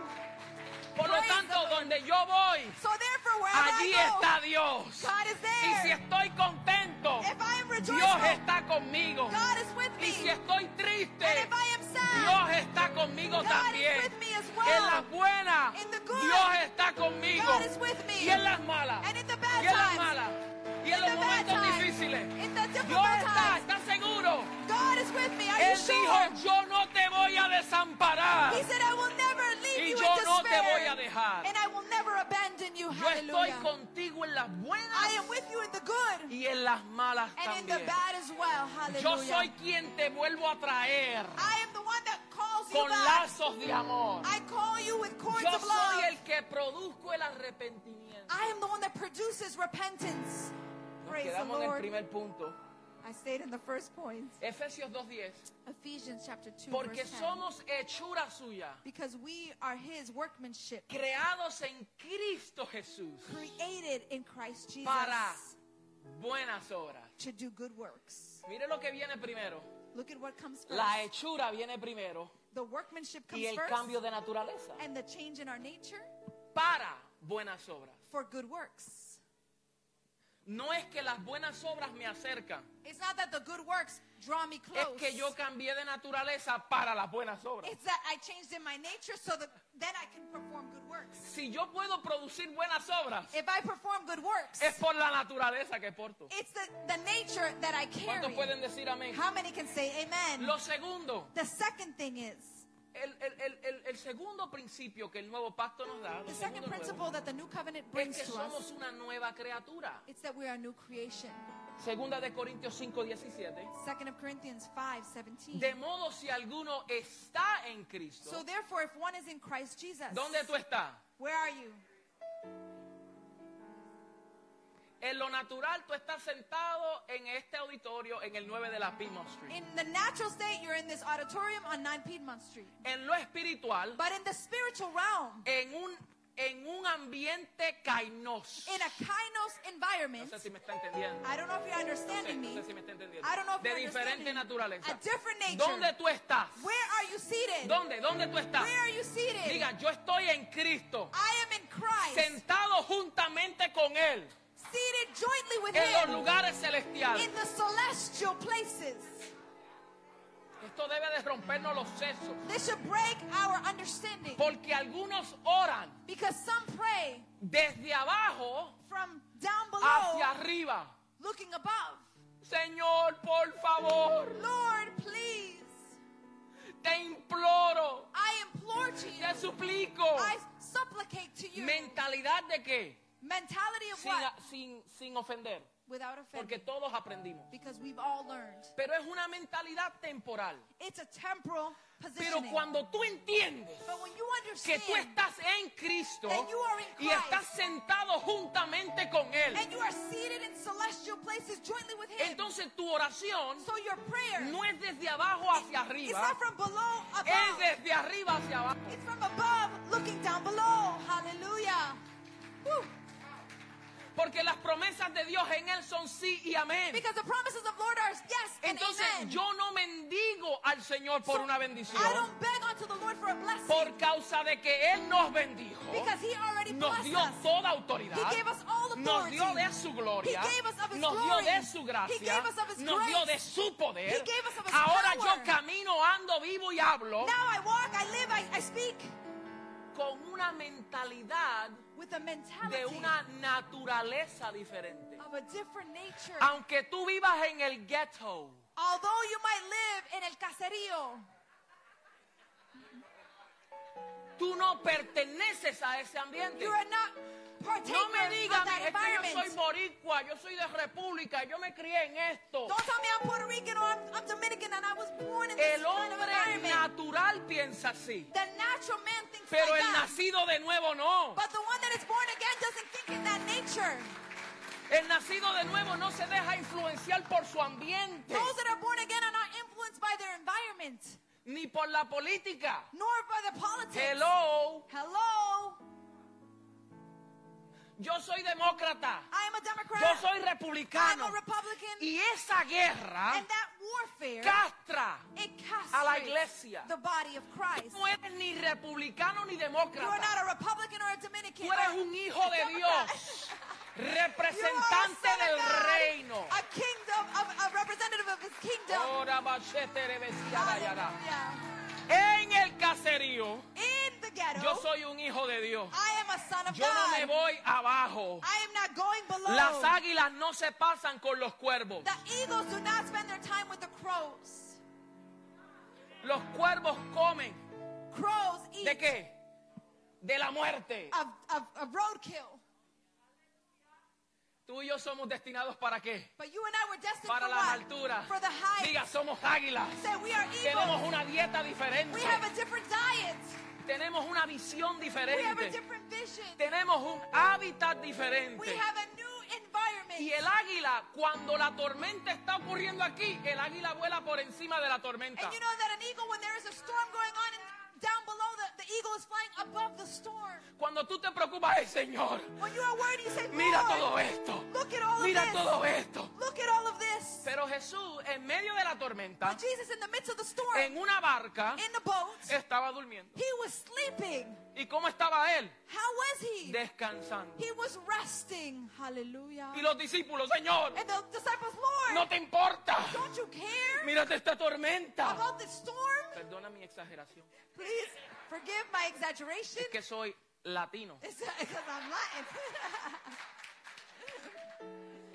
Por lo Praise the tanto, Lord. donde yo voy, So therefore, wherever allí I go, está Dios. God is Y si there. estoy contento, If I am Dios rejoicing, está conmigo. God is with Y si me. estoy triste, And if I am sad, Dios está conmigo God también. is with me as En las well. buenas, In the good, Dios está conmigo. God is with me. Y en las malas, And in the bad y en las times, malas, y in en los the bad momentos times, difíciles, in the Dios difficult está, times, está seguro. God is with me. Are you Él sure? dijo, yo no te voy a desamparar. He said, I will never Y leave you yo in no te voy a despair. dejar. And I will never abandon you. Yo estoy Hallelujah. contigo en las I buenas am with you in the good y en las malas and in the también. bad as well. Yo soy Hallelujah. quien te vuelvo a traer I am the one that calls you con back. lazos de amor. I call you with cords Yo of soy love. el que produzco el arrepentimiento. I am the one that produces repentance. Nos Praise the quedamos en el Lord. primer punto. I stayed in the first point. Efesios 2.10. Ephesians chapter 2, Porque verse 10. somos hechura suya, Because we are his workmanship, creados en Cristo Jesús created in Christ Jesus para buenas obras. to do good works. Mire lo que viene primero. Look at what comes first. La hechura viene primero The workmanship comes y el first, cambio de naturaleza and the change in our nature para buenas obras. for good works. No es que las buenas obras me acercan, It's not that the good works draw me es close. que yo cambié de naturaleza para las buenas obras. It's that I changed in my nature so that then I can perform good works. Si yo puedo producir buenas obras, If I perform good works, es por la naturaleza que porto. it's the, the nature that I ¿Cuántos carry. pueden decir amén? How many can say amen? Lo segundo, The second thing is, el, el- el- el- el segundo principio que el nuevo pacto nos da, lo the second segundo nuevo, principle that the new covenant es brings que to us, somos una nueva criatura. it's that we are a new creation. Segunda de Corintios 5, 17. Second of Corinthians 5, 17. De modo si alguno está en Cristo, So therefore, if one is in Christ Jesus, ¿dónde tú estás? where are you? En lo natural, tú estás sentado en este auditorio en el 9 de la Piedmont Street. In the natural state, you're in this auditorium on 9 Piedmont Street. En lo espiritual, But in the spiritual realm, en un, en un ambiente kainos. in a kainos No environment, sé si me está entendiendo. I don't know if you're No sé, understanding no me. sé si me está entendiendo. I don't know if De you're diferente understanding. naturaleza. A different nature. ¿Dónde tú estás? Where are you seated? ¿Dónde? ¿Dónde tú estás? Where are you seated? Diga, yo estoy en Cristo, I am in Christ, sentado juntamente con Él seated jointly with en los Him lugares celestiales. in the celestial places. Esto debe de rompernos los sesos, This should break our understanding porque algunos oran because some pray desde abajo from down below, hacia arriba. looking above. Señor, por favor, Lord, please, te imploro, I implore to te you, suplico. I supplicate to you. Mentalidad de qué? Mentality of sin, what? a- sin, sin ofender, Without offending. porque todos aprendimos. Because we've all learned. Pero es una mentalidad temporal. It's a temporal Pero positioning. cuando tú entiendes but when you que understand tú estás en Cristo that you are in y estás sentado juntamente con Él, and you are seated in celestial places jointly with Him, entonces tu oración so your prayer no es desde abajo hacia it's arriba, not from below es above. desde arriba hacia abajo. It's from above looking down below. Hallelujah. Woo. Porque las promesas de Dios en Él son sí y amén. Because the promises of Lord are yes and Entonces amen. yo no mendigo al Señor por So, una I bendición don't beg unto the Lord for a blessing por causa de que Él nos bendijo, because He already nos blessed dio us. toda He autoridad, gave us all nos authority. dio de su gloria, He gave us of his nos dio de glory. su He gracia, gave us of his nos dio grace. de su poder. He gave us of his Ahora yo power. camino, ando, vivo y hablo Now I walk, I live, I, I speak con una mentalidad with a de mentality una naturaleza diferente. of a different nature. Aunque tú vivas en el ghetto, Although you might live in el caserío, tú no perteneces a ese ambiente. you are not partaking No me of digas that es que yo soy environment. boricua, yo soy de república, yo me crié en esto. Don't tell me I'm Puerto Rican or I'm, I'm Dominican and I was born in this El kind of hombre environment. natural piensa así, The natural man thinks pero like el that. nacido de nuevo no. But the one that is born again doesn't think in that nature. El nacido de nuevo no se deja influenciar por su ambiente, Those that are born again are not influenced by their environment, ni por la política. nor by the politics. Hello, Hello. yo soy demócrata, I am a Democrat. yo soy I'm republicano. a Republican. Y esa guerra and that warfare, castra. it castrates Ah. a la iglesia. the body of Christ. No eres ni republicano ni You are demócrata. not a Republican or a Dominican. Tú eres or un a hijo de Democrat. Dios, You are a representante son of del God, reino. Oh, A kingdom, of, a representative of his kingdom. Ora bachete rebesiada yara. Hallelujah. En el caserío, In the ghetto, yo soy un hijo de Dios. I am a son of Yo God. no me voy abajo. I am not going below. Las águilas no se pasan con los cuervos. The eagles do not spend their time with the crows. Los cuervos comen. Crows eat ¿De qué? De la muerte. of, of, of roadkill. Tú y yo somos destinados para qué? But you and I were destined Para for las what? alturas. For the high. Diga, somos águilas. Say we are Tenemos eagles. una dieta diferente. We have a different diet. Tenemos una visión We have a diferente. different vision. Tenemos un hábitat We diferente. have a new Y environment. el águila, cuando la tormenta está ocurriendo aquí, el águila vuela por encima de la tormenta. And you know that an eagle, when there is a storm going on and down below, the, the eagle is flying above the storm. Cuando tú te preocupas, "Ay, Señor, When you are worried, you say, mira Lord, todo esto. look at all of Mira this. todo esto. Look at all of this. Pero Jesús, en medio de la tormenta, But Jesus, in the midst of the storm, en una barca, in the boat, estaba durmiendo. he was sleeping. ¿Y cómo estaba él? How was he? Descansando. He was resting. Hallelujah. Y los discípulos, Señor, And the disciples, Lord, no te importa. don't you care Mírate esta tormenta. about the storm? Perdona mi exageración. Please forgive my exaggeration. Es que soy latino It's because I'm Latin.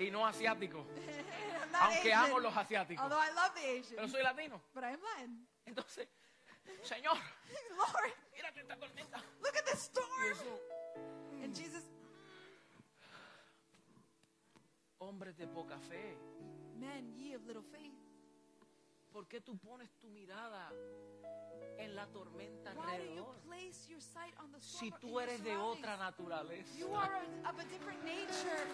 y no asiático. I'm not Aunque Asian. amo los asiáticos. Although I love the Pero Asians, soy latino. but I'm Latin. Entonces, Señor, Lord, mírate esta tormenta. look at the Y storm. Jesús, And Jesus, hombres de poca fe, men, ye of little faith, ¿por qué tú pones tu mirada en la tormenta why do you alrededor? place your sight on the Si storm or in tú your eres de surroundings? otra naturaleza. You are of- of a different nature.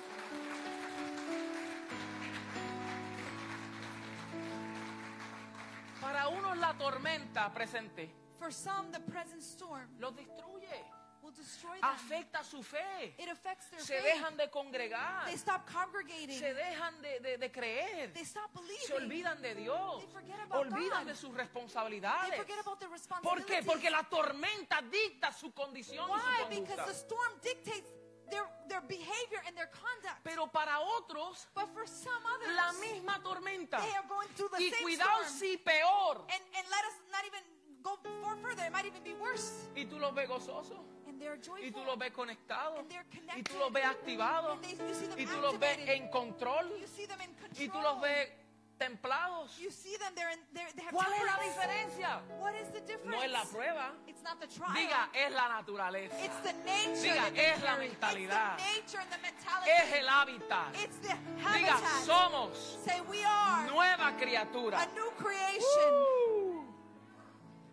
Para unos la tormenta presente For some, the present storm los destruye, will destroy them. afecta su Ah, fe, It affects their se faith. dejan de congregar, They stop congregating. se dejan de, de- de creer, They stop se believing. olvidan de Dios, They forget about olvidan God. de sus They responsabilidades. forget about their ¿Por qué? responsibilities. Porque la tormenta dicta su condición y Why? su Because conducta. the storm dictates their, their behavior and their conduct. Pero para otros, But for some others, la misma tormenta. they are going through the Y same cuidado storm. si peor. And, and let us not even go for further. It might even be worse. Y tú los ves gozosos. And they're Y joyful. tú los ves conectados. And they're Y tú connected. los ves activados. And they- you see them Y tú los ves activated. en control. You see them in control. Y tú los ves templados. You see them. They're in, they're, they have ¿Cuál es la temperance. diferencia? What is the difference? No es la prueba. It's not the trial. Diga, es la naturaleza. It's the nature Diga, that we es la carry. It's mentalidad. the nature and the mentality. Es el hábitat. It's the Diga, habitat. somos Say we are nueva criatura. a new creation. Uh.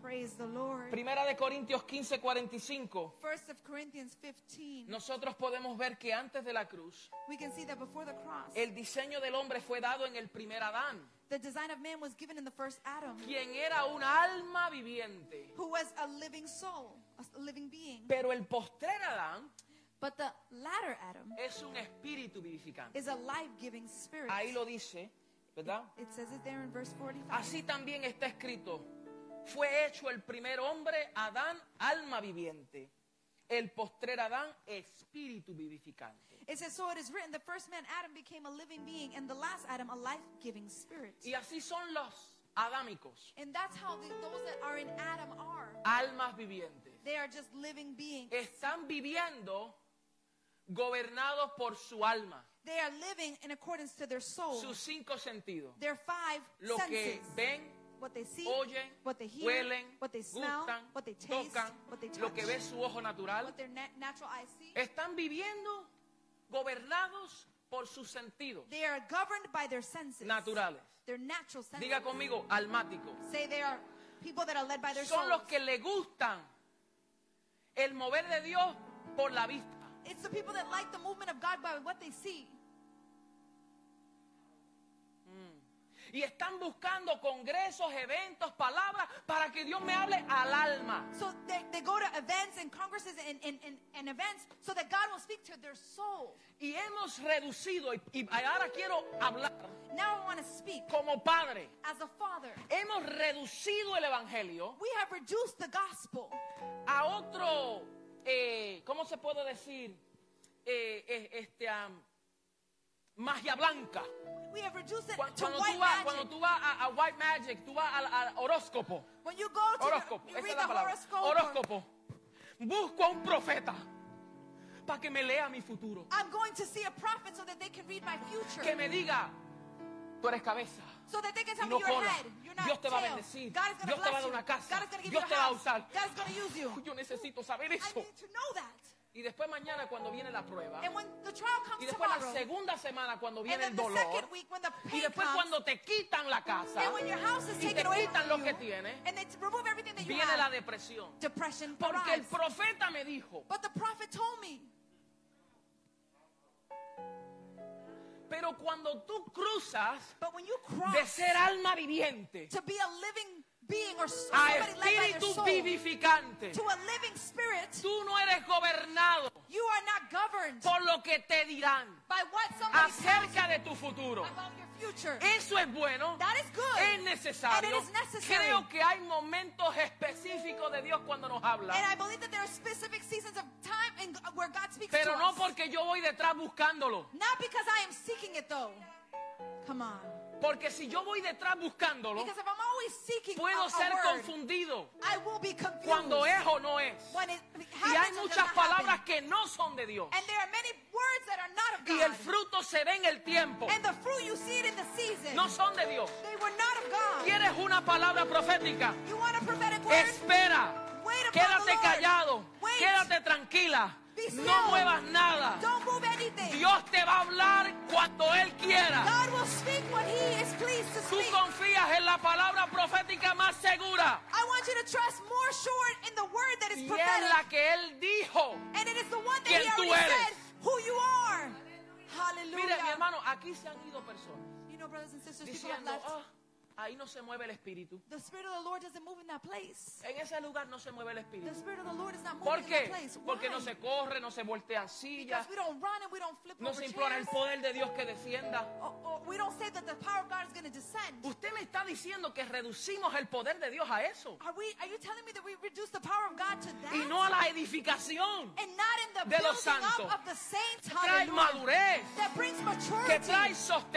Praise the Lord. Primera de Corintios 15, 45. First of Corinthians 15. Nosotros podemos ver que antes de la cruz, We can see that before the cross, el diseño del hombre fue dado en el primer Adán, the design of man was given in the first Adam, quien era un alma viviente. who was a living soul, a s- a living being. Pero el postrer Adán But the latter Adam es un espíritu vivificante. is a life-giving spirit. Ahí lo dice, ¿verdad? It says it there in verse 45. Así también está escrito, fue hecho el primer hombre, Adán, alma viviente, el postrer Adán, espíritu vivificante. It says, so it is written, the first man Adam became a living being, and the last Adam a life-giving spirit. Y así son los adámicos, And that's how the, those that are in Adam are. almas vivientes. They are just living beings. Eh. Están viviendo gobernados por su alma, They are living in accordance to their soul, sus cinco sentidos, their five lo senses. que ven, what they see, oyen, what they hear, huelen, what they smell, gustan, what they taste, tocan, what they touch, lo que ve su ojo natural. what their na- natural eyes see. Están viviendo gobernados por sus sentidos. They are governed by their senses. naturales. Their natural senses. Diga conmigo, almático. Say they are people that are led by their Son los souls. que le gustan el mover de Dios por la vista. It's the people that like the movement of God by what they see. Y están buscando congresos, eventos, palabras para que Dios me hable al alma. So they, they go to events and congresses and, and, and, and events so that God will speak to their soul. Y hemos reducido, y, y ahora quiero hablar Now I want to speak como padre, as a father. hemos reducido el Evangelio We have reduced the gospel a otro, eh, ¿cómo se puede decir? Eh, eh, este, am, magia blanca. We have reduced it Cu- to Cuando white tú, vas, magic. cuando tú vas a, a White Magic, tú vas al, al horóscopo. When you go to Horóscopo, the, you esa read es la the palabra. horoscope, or- Horóscopo. Busco a un profeta para que me lea mi futuro. I'm going to see a prophet so that they can read my future. Que me diga, tú eres cabeza. so that they can y tell no me you're cola. head, you're not Dios te va a tail. bendecir. God is going Dios te to bless va a dar you. una casa. God is going to give Dios you te a va a house. usar. God is going to use you. Yo necesito saber I eso. need to know that. Y después mañana cuando viene la prueba. And when the trial comes Y después la tomorrow, segunda semana cuando and viene then el the dolor. second week when the Y pain después comes, cuando te quitan la casa. and when your house is y te taken away quitan from lo you, que tienes, and they t- remove everything that you Viene la have, depresión. depression Porque el arrives. profeta me dijo. But the prophet told me, Pero cuando tú cruzas but when you cross de ser alma viviente to be a living being or s- a somebody led by their espíritu soul, vivificante, to a living spirit, tú no eres gobernado you are not governed por lo que te dirán by what somebody tells acerca de tu futuro. you about your future. Eso es bueno. That is good. Es necesario. And it is necessary. Creo que hay momentos específicos de Dios cuando nos And habla. I believe that there are specific seasons of time and where God speaks Pero to no us. porque yo voy detrás buscándolo. Not because I am seeking it though. Come on. Porque si yo voy detrás buscándolo, Because if I'm always seeking a, puedo a ser word, confundido I will be confused cuando es o no es. when it Y hay happens or does muchas not palabras que happen. no son de Dios. And there are many words that are not of Y el God. fruto se ve en el tiempo. And the fruit you see it in the season. No son de Dios. They were not of God. ¿Quieres una palabra profética? You want a prophetic word? Espera. Wait upon Quédate the Lord. callado. Wait. Quédate tranquila. Be No still. muevas nada. Don't move anything. Dios te va a hablar cuando Él quiera. God will speak when He is pleased to Tú speak. confías en la palabra profética más segura. I want you to trust more sure in the word that is Y es prophetic. la que Él dijo. And it is the one that Quien he tú already eres. said who you are. Mire, mi Hallelujah. hermano, aquí se han ido personas You know, brothers and sisters, people have diciendo, left. "Ah, ahí no se mueve el espíritu. The Spirit of the Lord doesn't move in that place. En ese lugar no se mueve el The espíritu. Spirit of the Lord is not ¿Por moving in that qué? place. Porque no Why? se corre, no se voltean sillas, Because we don't run and we don't flip no over se implora el chairs. poder de Dios que descienda. Or- or we don't say that the power of God is going to descend. Usted me está diciendo que reducimos el poder de Dios a eso Are we? Are you telling me that we reduce the power of God to that? y no a la edificación and not in the de building los santos. up of the saints. trae Hallelujah. madurez, That brings que maturity. trae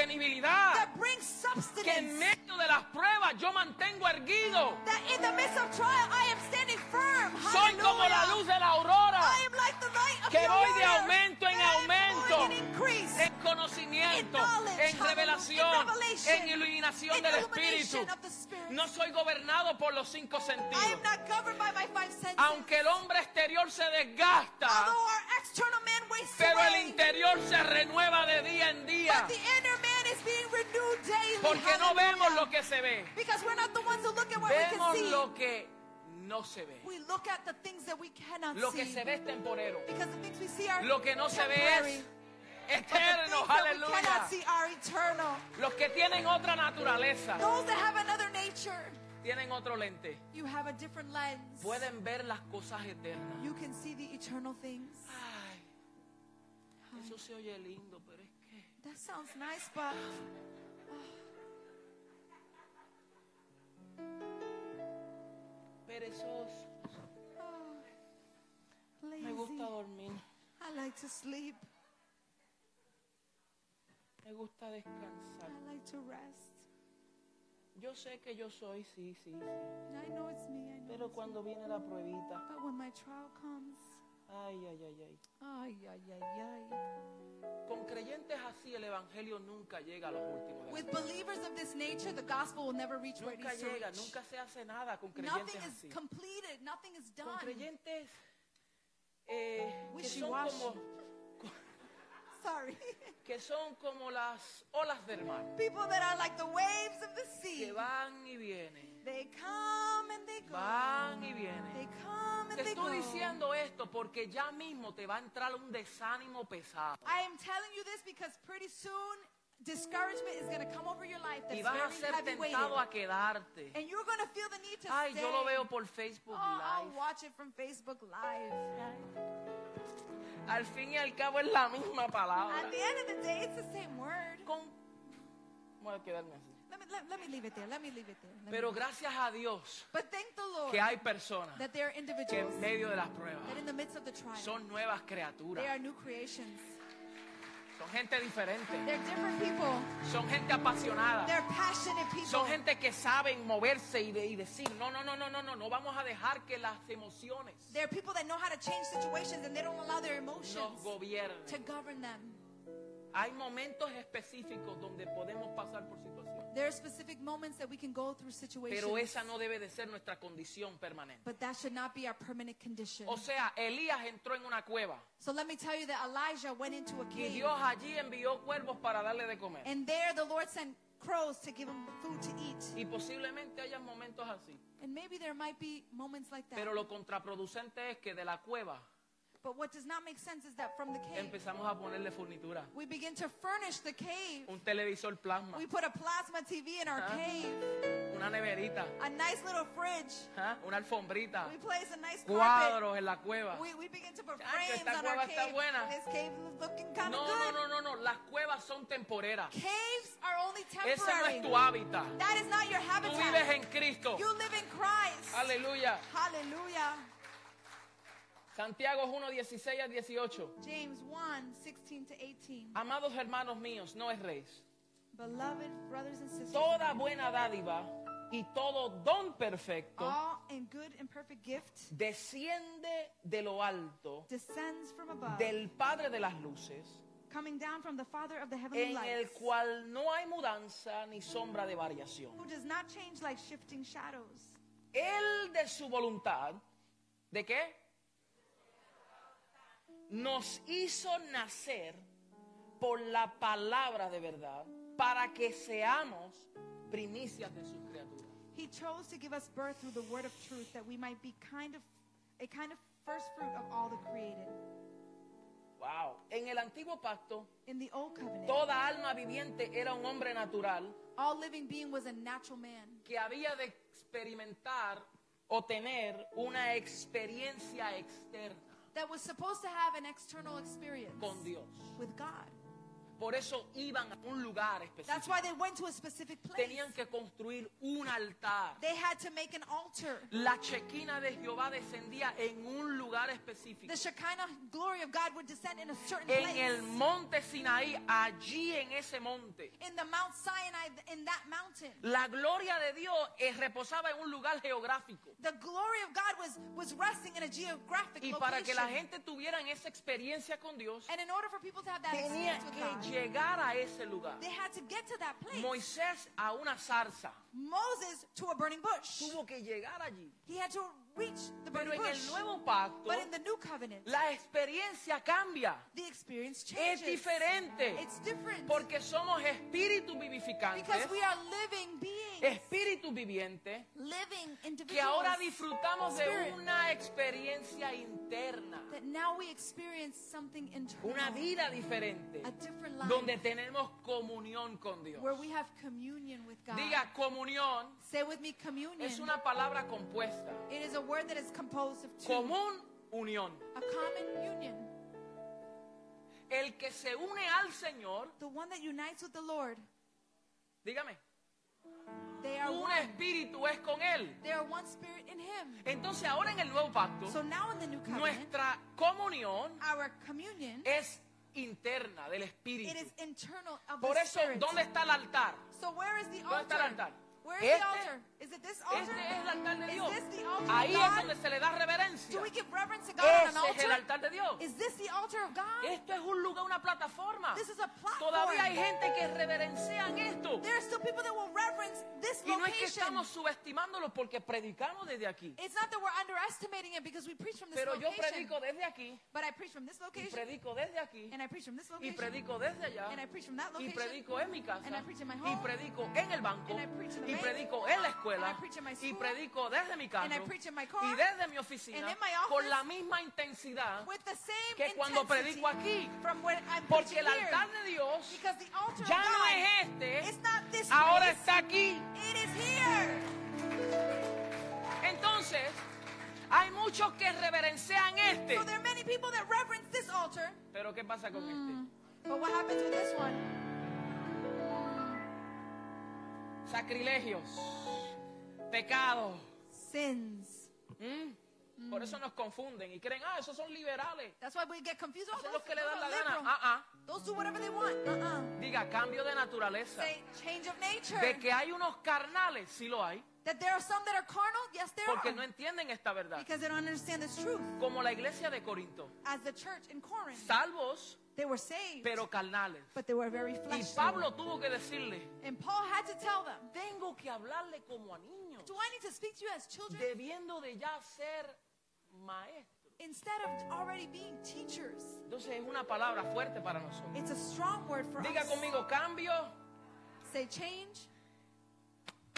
sostenibilidad, that brings que substance. en medio de las pruebas yo mantengo erguido. that in the midst of trial I am standing firm. Soy Hallelujah. como la luz de la aurora, I am like the light of que the voy de order. aumento en That I'm aumento. going in increase. en conocimiento, knowledge, en hallelujah, revelación, in revelation, en iluminación in del Espíritu. illumination of the Spirit. No soy gobernado por los cinco I sentidos. am not governed by my five senses. Aunque el hombre exterior se desgasta, Although our external man wastes pero el away, interior se renueva de día en día, but the inner man is being renewed daily. porque no vemos hallelujah. lo que se ve, Because we're not the ones who look at what we can vemos see. lo que no se ve. We look at the things that we cannot Lo see. que se ve es temporero, Because the things we see are lo que no se ve temporary. es But the eterno, things that we aleluya. cannot see are eternal. Los que tienen otra naturaleza, Those that have another nature, tienen otro lente, you have a different lens. pueden ver las cosas eternas. You can see the eternal things. Ay, eso se oye lindo, pero es que That sounds nice, but perezoso. oh, lazy. Me gusta dormir, I like to sleep. me gusta descansar. I like to rest. Yo sé que yo soy, sí, sí, sí. And I know it's me. I know. Pero cuando viene la pruebita, But when my trial comes, ay, ay, ay, ay. ay, ay, ay, ay. Con creyentes así el evangelio nunca llega a los últimos. de la With believers of this nature, the gospel will never reach where it Nunca needs to llega, reach. nunca se hace nada con creyentes Nothing is así. completed. Nothing is Con done. creyentes eh, que, son Wishy-washy. como, Sorry. que son como las olas del mar, People that are like the waves of the sea. que van y vienen, They come and they go. van y vienen. They come and Te they go. estoy diciendo esto porque ya mismo te va a entrar un desánimo pesado I am telling you this because pretty soon discouragement is going to come over your life that's y vas a very ser heavy weighted. tentado a quedarte. And you're going to feel the need to Ay, stay. yo lo veo por Facebook Oh, I'll Live. watch it from Facebook Live. Al fin y al cabo es la misma palabra. At the end of the day, it's the same word. Con... Voy a quedarme así. Let me, let, let me leave it there. Let me leave it there. Let me- Pero gracias a Dios but thank the Lord que hay personas that they are que individuals, en medio de las pruebas that in the midst of the trial, son nuevas they criaturas, are new creations. son gente diferente, They're different people. son gente apasionada, They're passionate people. son gente que saben moverse y, de- y decir, no, no, no, no, no, no, no vamos a dejar que las emociones They're people that know how to change situations and they don't allow their emotions nos to gobiernen. govern them. Hay momentos específicos donde podemos pasar por situaciones, There are specific moments that we can go through situations, pero esa no debe de ser nuestra condición permanente. but that should not be our permanent condition. O sea, Elías entró en una cueva So let me tell you that Elijah went into a y cave, Dios allí envió cuervos para darle de comer. and there the Lord sent crows to give him food to eat. Y posiblemente haya momentos así. And maybe there might be moments like that. Pero lo contraproducente es que de la cueva But what does not make sense is that from the cave, empezamos a ponerle furnitura. we begin to furnish the cave. Un televisor plasma, We put a plasma TV in our Huh? cave, una neverita, a nice little fridge. ¿ah? una alfombrita, We place a nice carpet. cuadros en la cueva. We, we begin to put Chacho, frames esta on our cueva está cave. buena. This cave is looking No, kind of no, good. no, no, no, las cuevas son temporeras. Caves are only Ese no es temporary. tu hábitat. That is not your Tú vives habitat. en Cristo. You live in Christ. Aleluya. Hallelujah. Santiago 1, 16 a 18. James 1, 16 to 18. Amados hermanos míos, no es rey. Beloved brothers and sisters, Toda buena dádiva y todo don perfecto all in good and perfect gift desciende de lo alto, descends from above, del Padre de las Luces, coming down from the Father of the en heavenly el lights, cual no hay mudanza ni sombra de variación. who does not change like shifting shadows. Él de su voluntad, ¿de qué? Nos hizo nacer por la palabra de verdad para que seamos primicias de sus criaturas. He chose to give us birth through the word of truth that we might be kind of a kind of first fruit of all the created. Wow. En el antiguo pacto, In the old covenant, toda alma viviente era un hombre natural all living being was a natural man que había de experimentar o tener una experiencia externa that was supposed to have an external experience con Dios. with God. Por eso iban a un lugar específico. That's why they went to a specific place. Tenían que construir un altar. They had to make an altar. La chequina de Jehová descendía en un lugar específico. The Shekinah glory of God would descend in a certain En place. el monte Sinaí, allí en ese monte. in the Mount Sinai, in that mountain. La gloria de Dios eh, reposaba en un lugar geográfico. The glory of God was, was resting in a geographic Y location. para que la gente tuviera esa experiencia con Dios, and in order for people to have that tenía experience with God, que llegar a ese lugar, They had to get to that place. Moisés a una zarza Moses to a burning bush. tuvo que llegar allí. He had to reach the Pero en burning bush. el nuevo pacto, But in the new covenant, la experiencia cambia. the experience Es changes. diferente. It's different Porque somos espíritus vivificantes, because we are living beings, espíritus vivientes, living que individuals ahora disfrutamos de Spirit. una experiencia interna, that now we experience something internal, una vida diferente, a different life donde tenemos comunión con Dios. where we have communion with God. Diga, comunión Say with me, communion. es una palabra compuesta. It is a word that is composed of two. Común, unión. A common union. El que se une al Señor, The one that unites with the Lord. dígame, They are un one. espíritu es con Él. They are one spirit in Him. Entonces ahora en el nuevo pacto, So now in the new covenant, nuestra comunión our communion, es interna del espíritu. it is internal of Por the eso, Spirit. ¿dónde está el altar? So where is the ¿Dónde está el altar? altar? Where is Este- the altar? Is it this altar? Este es el altar de Is Dios. this the altar Ahí of God? es donde se le da Do reverencia. we give reverence to God on an Ese es el altar? altar de Dios. Is this the altar of God? Esto es un lugar, una plataforma. This is a platform. Todavía hay gente que reverencian esto. There are still people that will reverence this Y no es que location. estamos subestimándolo porque predicamos desde aquí. It's not that we're underestimating it because we preach from this Pero yo location. predico desde aquí, But I preach from this y location, predico desde aquí, and I preach from this y location, predico desde allá, and I preach from that y location, predico en mi casa, and I preach in my y home, predico en el banco, and I preach in y the bank, predico en la escuela, and I preach in my y school, predico desde mi and I casa, preach in my car, y desde mi oficina, and in my office, con la misma intensidad, with the same que cuando intensity predico aquí, from when I'm porque preaching el altar here. de Dios Because the altar ya of no God, es este, it's not this ahora place, está aquí. it is here. Entonces, hay muchos que reverencian este, So there are many people that reverence this altar, pero ¿qué pasa con Hmm. but what happens with this one? este? Sacrilegios, pecados. Sins. ¿Mm? Por eso nos confunden y creen, ah, esos son liberales. That's why we get confused. Oh, Son those, los que le those dan are la gana. liberal. Ah, ah. Those do whatever they want. Uh-uh. Diga, cambio de naturaleza. Say change of nature. De que hay unos carnales, sí lo hay, That there are some that are carnal? Yes, there porque are. no entienden esta verdad. Because they don't understand this truth. Como la iglesia de Corinto, As the church in Corinth, salvos, they were saved, pero carnales. but they were very Y fleshly. Pablo tuvo que decirle, and Paul had to tell them, tengo que hablarle como a niños, Do I need to speak to you as children? debiendo de ya ser maestro. Instead of already being teachers, Entonces es una palabra fuerte para nosotros. it's a strong word for Diga us. conmigo, cambio Say change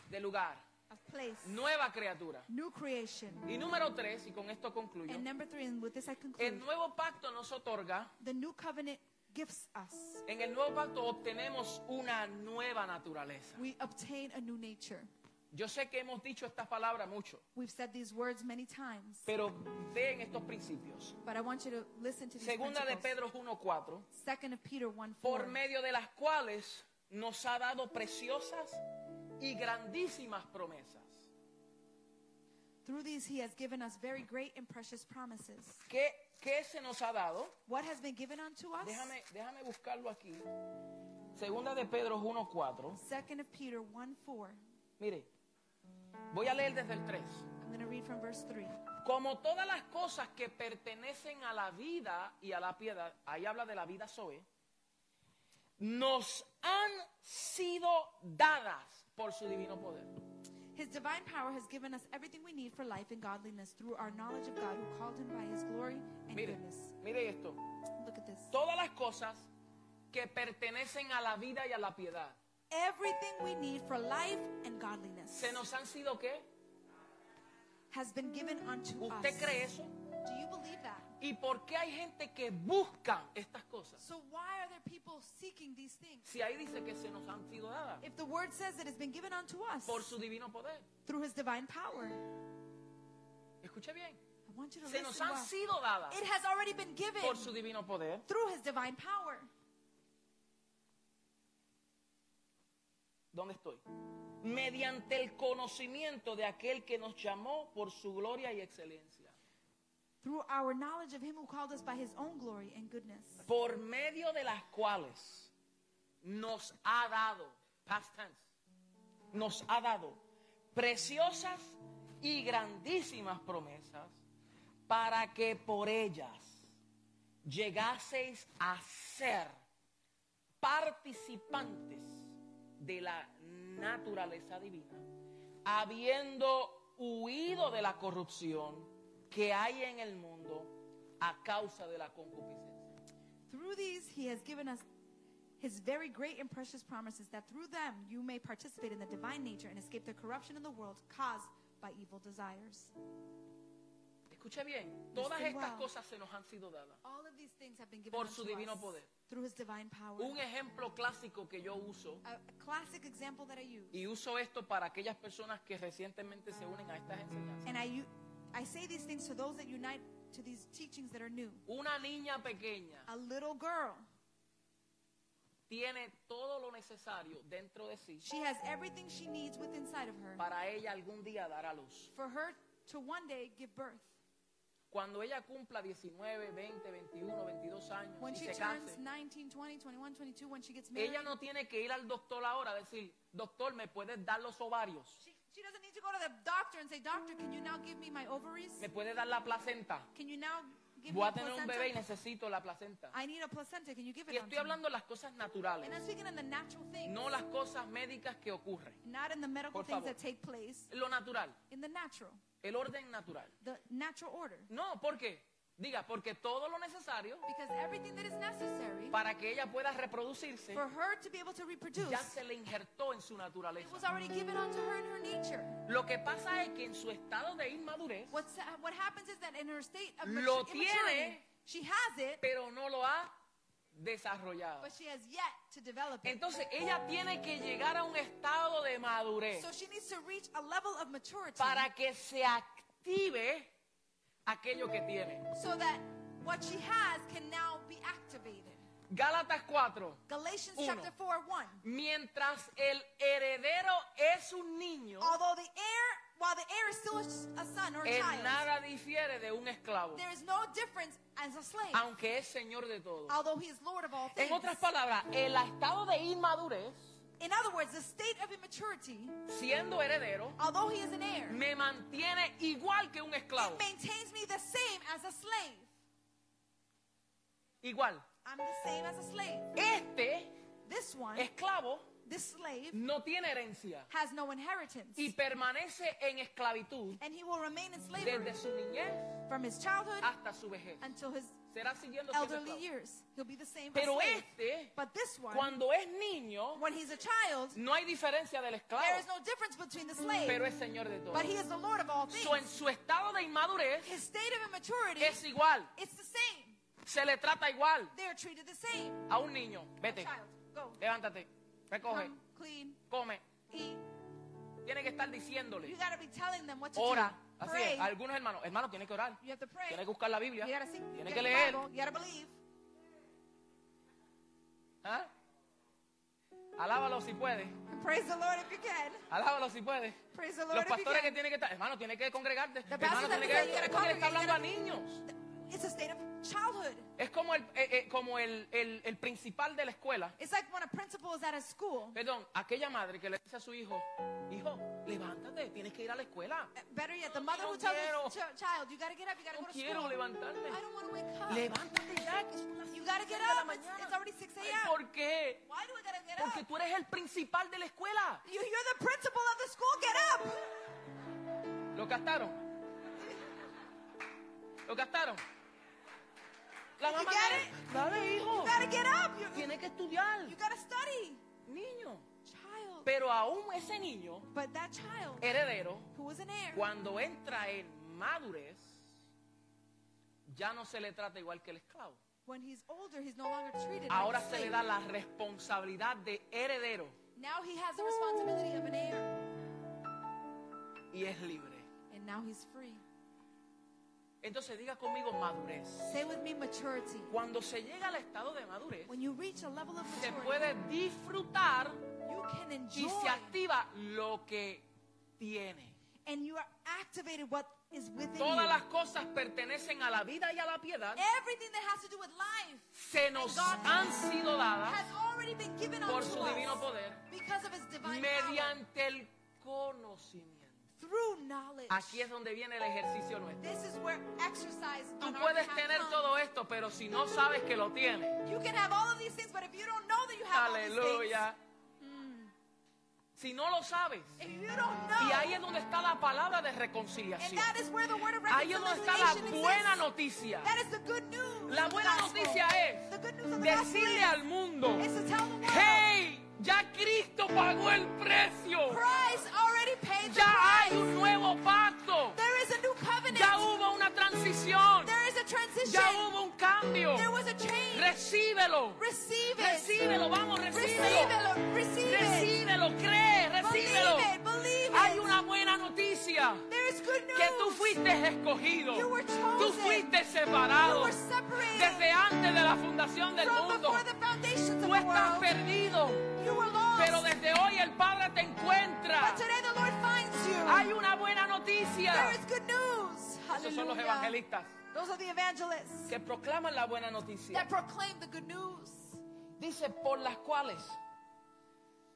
de lugar, of place, nueva criatura. new creation. Y número tres, y con esto concluyo, And number three, and with this I conclude, el nuevo pacto nos otorga, the new covenant gives us. en el nuevo pacto obtenemos una nueva naturaleza. We obtain a new nature. Yo sé que hemos dicho estas palabras mucho, We've said these words many times, pero vean estos principios. but I want you to listen to these Segunda de principles. Pedro 1.4, Second of Peter 1 4. por medio de las cuales nos ha dado preciosas y grandísimas promesas, Through these he has given us very great and precious promises. ¿Qué, qué se nos ha dado? What has been given unto us? Déjame, déjame buscarlo aquí. Segunda de Pedro 1.4. Second of Peter 1 4. Mire, voy a leer desde el 3. I'm going to read from verse 3. Como todas las cosas que pertenecen a la vida y a la piedad, ahí habla de la vida Zoe, nos han sido dadas por su divino poder. His divine power has given us everything we need for life and godliness through our knowledge of God who called him by his glory and Mire, goodness. mire esto. Look at this. Todas las cosas que pertenecen a la vida y a la piedad, Everything we need for life and godliness ¿se nos han sido qué? has been given unto us. ¿Usted cree eso? Do you believe that? ¿Y por qué hay gente que busca estas cosas? So why are there people seeking these things? Si ahí dice que se nos han sido dadas If the word says it has been given unto us por su divino poder. through his divine power. Escuche bien. I want you to Se listen nos han well. sido dadas It has already been given por su divino poder. through his divine power. ¿Dónde estoy? Mediante el conocimiento de aquel que nos llamó por su gloria y excelencia. Through our knowledge of him who called us by his own glory and goodness. Por medio de las cuales nos ha dado, past tense, nos ha dado preciosas y grandísimas promesas para que por ellas llegaseis a ser participantes de la naturaleza divina, habiendo huido de la corrupción que hay en el mundo a causa de la concupiscencia. Through these, he has given us his very great and precious promises that through them you may participate in the divine nature and escape the corruption in the world caused by evil desires. Escuche bien, todas estas wow. cosas se nos han sido dadas. All of these things have been given Por unto su divino us poder. through his divine power. Un ejemplo clásico que yo uso, a, a classic example that I use, y uso esto para aquellas personas que recientemente se unen a estas enseñanzas. and I, u- I say these things to those that unite to these teachings that are new. Una niña pequeña A little girl, tiene todo lo necesario dentro de sí she has everything she needs within inside of her para ella algún día dar a luz. for her to one day give birth. Cuando ella cumpla 19, 20, 21, 22 años When y she se turns canse, 19, 20, 21, 22, when she gets married, ella no tiene que ir al doctor ahora a decir, doctor, ¿me puedes dar los ovarios? she, she doesn't need to go to the doctor and say, Doctor, can you now give me my ovaries? ¿Me puedes dar la placenta? Can you now give Voy a me a tener un placenta? bebé y necesito la placenta. I need a placenta. Can you give it Y unto estoy me? hablando de las cosas naturales, And I'm speaking in the natural things, no las cosas médicas que ocurren. not in the medical Por things favor. that take place, Lo natural, in the natural, el orden natural. the natural order. No, ¿por qué? Diga, porque todo lo necesario Because everything that is necessary para que ella pueda reproducirse for her to be able to reproduce, ya se le injertó en su it was naturaleza. already given unto her in her nature. Lo que pasa es que en su estado de inmadurez, What's, uh, what happens is that in her state of matu- Lo immaturity, tiene. she has it, pero no lo ha desarrollado. but she has yet to develop it. Entonces ella tiene que llegar a un estado de madurez So she needs to reach a level of maturity para que se active aquello que tiene. so that what she has can now be activated. Gálatas 4. Galatians Uno. chapter 4 1. Mientras el heredero es un niño, Although the heir, while the heir is still a, a son or a en child, nada difiere de un esclavo, there is no difference as a slave, aunque es señor de todo. although he is Lord of all things. En otras palabras, el estado de inmadurez In other words, the state of immaturity, siendo heredero, although he is an heir, me mantiene igual que un it esclavo. maintains me the same as a slave. Igual. I'm the same as a slave. Este This one, Eh. esclavo this slave, no tiene herencia has no inheritance, y permanece en esclavitud and he will remain in slavery desde Ah. su niñez from his childhood hasta su vejez. until his Será siguiendo siendo elderly esclavo. years. He'll be the same as a Pero slave. este, But this one, cuando es niño, when he's a child, no hay diferencia del there is esclavo, no difference between the pero slave, es señor de todo. but he is the Lord of all So, en things. su estado de inmadurez His state of immaturity, es igual, it's the same. se le trata igual They are treated the same. a un niño. Vete, Child, go, levántate, recoge, come, clean, come. eat. Tiene que estar diciéndole. You got to be telling them what to Ora. do. Así Pray. es. Algunos hermanos, hermanos, tienen que orar. You have to pray. Tienen que buscar la Biblia. You got to sing. Tienen you que gotta leer. Bible. You got to believe. ¿Ah? Alábalo si puede. And praise the Lord if you can. Alábalo si puede. Praise the Lord Los if you pastores que can. tienen que estar. Hermano, tiene que congregarte. The Hermano, pastors tiene have que. to say, you gotta Esto que le está congregate, hablando a you niños. It's a state of childhood. Es como el, eh, eh, como el, el- el principal de la escuela. It's like when a principal is at a school. Perdón, aquella madre que le dice a su hijo: Hijo, levántate, tienes que ir a la escuela. Better yet, the No mother who tells quiero. his ch- child, you got to get up. You got No to go to quiero school. levantarme. I don't want to wake up. Levántate ya, que son las You gotta get seis de la up. It's- mañana. it's already 6 Ay, a.m. ¿Por qué? Why do I got to get Porque up? tú eres el principal de la escuela. You, you're the principal of the school. Get up. Lo captaron. Lo captaron. La You mamá. get dale, it? Dale, hijo. You got to get up. You, Tiene que estudiar. you got to study. Niño. Child. Pero aún ese niño, But that Eh. child heredero, who was an heir, cuando entra en madurez, ya no se le trata igual que el esclavo. when he's older, he's no longer treated Ahora like a se le da slave. la responsabilidad de heredero Now he has the responsibility of an heir, y es libre. and now he's free. Entonces diga conmigo madurez. Say with me, maturity. Cuando se llega al estado de madurez, When you reach a level of se maturity, puede disfrutar you can y enjoy se activa lo que tiene. and you are activated what is within you. Todas las cosas pertenecen a la vida y a la piedad. Eh, Everything that has to do with life Se nos han sido dadas has already been given por unto su us divino poder because of his divine power mediante el conocimiento. through knowledge. Aquí es donde viene el ejercicio nuestro. This is where exercise Tú on our puedes behalf tener comes. todo esto, pero si no sabes que lo tienes, You can have all of these things, but if you don't know that you have all these aleluya. Si no lo sabes, things, if you don't know, y ahí es donde está la palabra de and reconciliación. that is where the word of Ahí es donde está la reconciliation buena exists. noticia. That is the good news. La of the buena gospel. noticia es the good news of the gospel Decirle al mundo, is to tell the world hey, ya Cristo pagó el precio. Christ already paid the Ya hay price. un nuevo pacto. There is a new covenant. Ya hubo una transición. there is a transition. Ya hubo un cambio. there was a change. Recíbelo. receive it. Recíbelo, vamos, Receive recíbelo. it. Receive it. Recíbelo, cree, recíbelo. Believe it. Believe Hay it. una buena noticia. there is good news. Que tú fuiste escogido. You were Tú chosen. fuiste You separado. were separated Desde antes de la fundación del from mundo. before the foundations of Tú the estás world. perdido. you were lost. Pero desde hoy el Padre te encuentra. but today the Lord finds you. Hay una buena there noticia. is good news. Esos son los Hallelujah. evangelistas Those are the evangelists que proclaman la buena noticia. that proclaim the good news. Dice, por las cuales,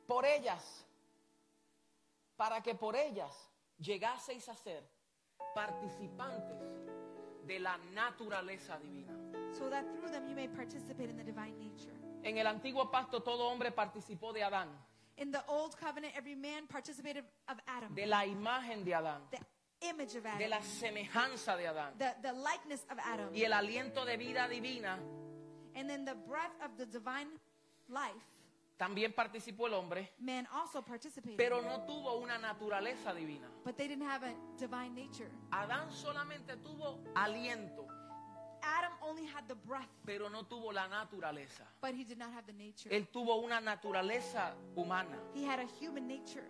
por ellas, para que por ellas llegaseis a ser participantes de la naturaleza divina. so that through them you may participate in the divine nature. En el antiguo pacto todo hombre participó de Adán, In the old covenant, every man participated of Adam, de la imagen de Adán, the image of de Adam, la semejanza de Adán. the, the likeness of Adam, Y el aliento de vida divina and then the breath of the divine life. también participó el hombre, Man also participated, pero no tuvo una naturaleza divina. but they didn't have a divine nature. Adán solamente tuvo aliento, Adam only had the breath, pero no tuvo la naturaleza. but he did not have the nature. Él tuvo una naturaleza humana. he had a human nature.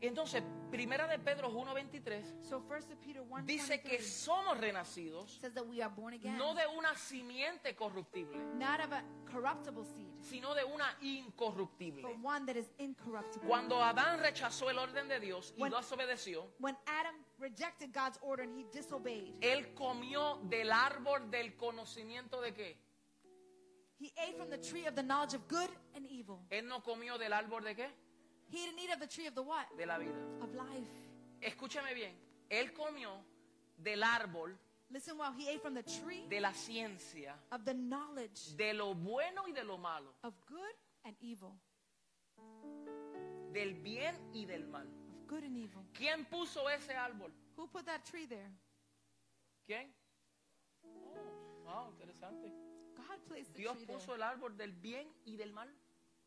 Y entonces, primera de Pedro 1:23 So First Peter 1 dice que somos renacidos says that we are born again, no de una simiente corruptible, not of a corruptible seed, sino de una but incorruptible. one that is incorruptible. Cuando Adán rechazó el orden de Dios y When- los obedeció, When Adam rejected God's order and he disobeyed, él comió del árbol del conocimiento de qué? he ate from the tree of the knowledge of good and evil. Él no comió del árbol de qué? He didn't eat of the tree of the what? De la vida. Of life. Escúchame bien. Él comió del árbol Listen well, he ate from the tree de la ciencia, of the knowledge de lo bueno y de lo malo, of good and evil. del bien y del mal. Of good and evil. ¿Quién puso ese árbol? Who put that tree there? ¿Quién? Oh, wow, interesante. God placed the Dios tree puso there. el árbol del bien y del mal.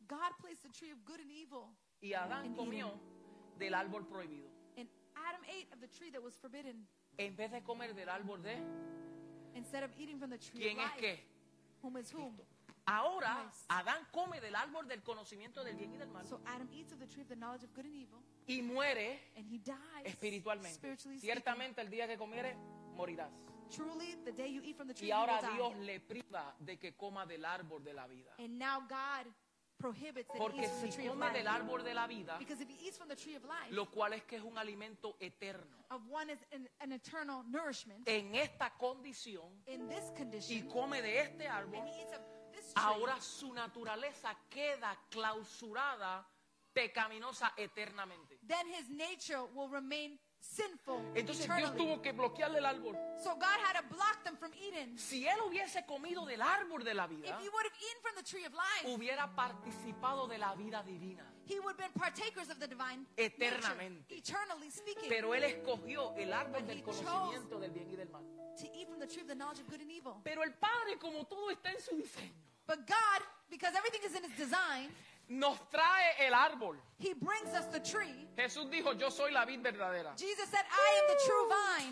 God placed the tree of good and evil. Y Adán En comió del árbol prohibido. And Adam ate of the tree that was forbidden En vez de comer del árbol de instead of eating from the tree of quién es life. qué. Whom is whom? Ahora Nice. Adán come del árbol del conocimiento del bien y del mal So Adam eats of the tree of the knowledge of good and evil, y muere and he dies espiritualmente. spiritually speaking. Ciertamente el día que comiere morirás. Truly, the day you eat from the tree, Y you will ahora die. Dios le priva de que coma del árbol de la vida. And now God prohibits that he Porque eats from the si tree of come del life. árbol de la vida, Because if he eats from the tree of life, lo cual es que es un alimento eterno, of one is an, an eternal nourishment en esta condición in this y condition, come de este árbol, and he eats of this tree, ahora su naturaleza queda clausurada, pecaminosa eternamente. then his nature will remain sinful Entonces Dios eternally. tuvo que bloquearle el árbol. So God had to block them from Eden. Si él hubiese comido del árbol de la vida, If he would have eaten from the tree of life, hubiera participado de la vida divina. he would have been partakers of the divine Eternamente. nature, eternally speaking, Pero él escogió el árbol But del he chose- conocimiento del bien y del mal. to eat from the tree of the knowledge of good and evil. Pero el Padre, como todo está en su diseño, But God, because everything is in his design, nos trae el árbol. he brings us the tree. Jesús dijo, yo soy la vid verdadera. Jesus said, I am the true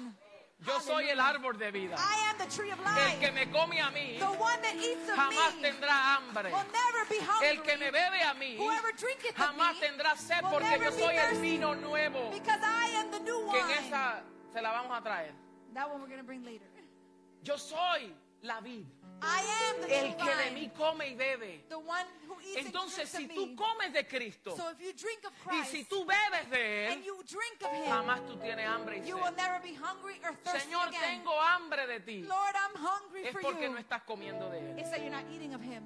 vine. Yo soy el árbol de vida. I am the tree of El que life. me come a mí The one that eats of jamás me tendrá hambre. will never be El que me hungry. bebe a mí Whoever drinketh of jamás me tendrá sed will porque never yo be soy el thirsty. vino nuevo. because I am the new Que en wine. esa se la vamos a traer. That one we're going to bring later. Yo soy la vid. I am the El true que de mí vine. come y bebe. The one who eats and Entonces, drinks si of tú me. comes de Cristo So if you drink of y Christ si tú bebes de and Él, you drink of him, jamás tú tienes hambre y you will sed. never be hungry or thirsty Señor, again. tengo hambre de ti. Lord, I'm hungry Es for porque you. no estás comiendo de Él. It's that you're not eating of him.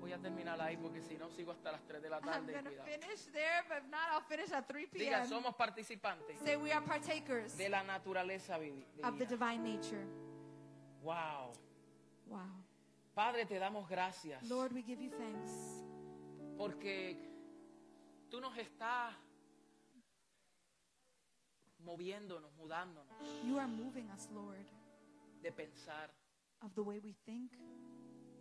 Voy a terminar ahí porque si no sigo hasta las 3 de la I'm tarde. going to cuidado. finish there, but if not, I'll finish at 3 Diga, p.m. somos participantes Say we are partakers de la naturaleza vivi- of the divina. divine nature. Wow. Wow. Padre, te damos gracias Lord, we give you thanks porque tú nos estás moviéndonos, mudándonos You are moving us, Lord, de pensar. of the way we think.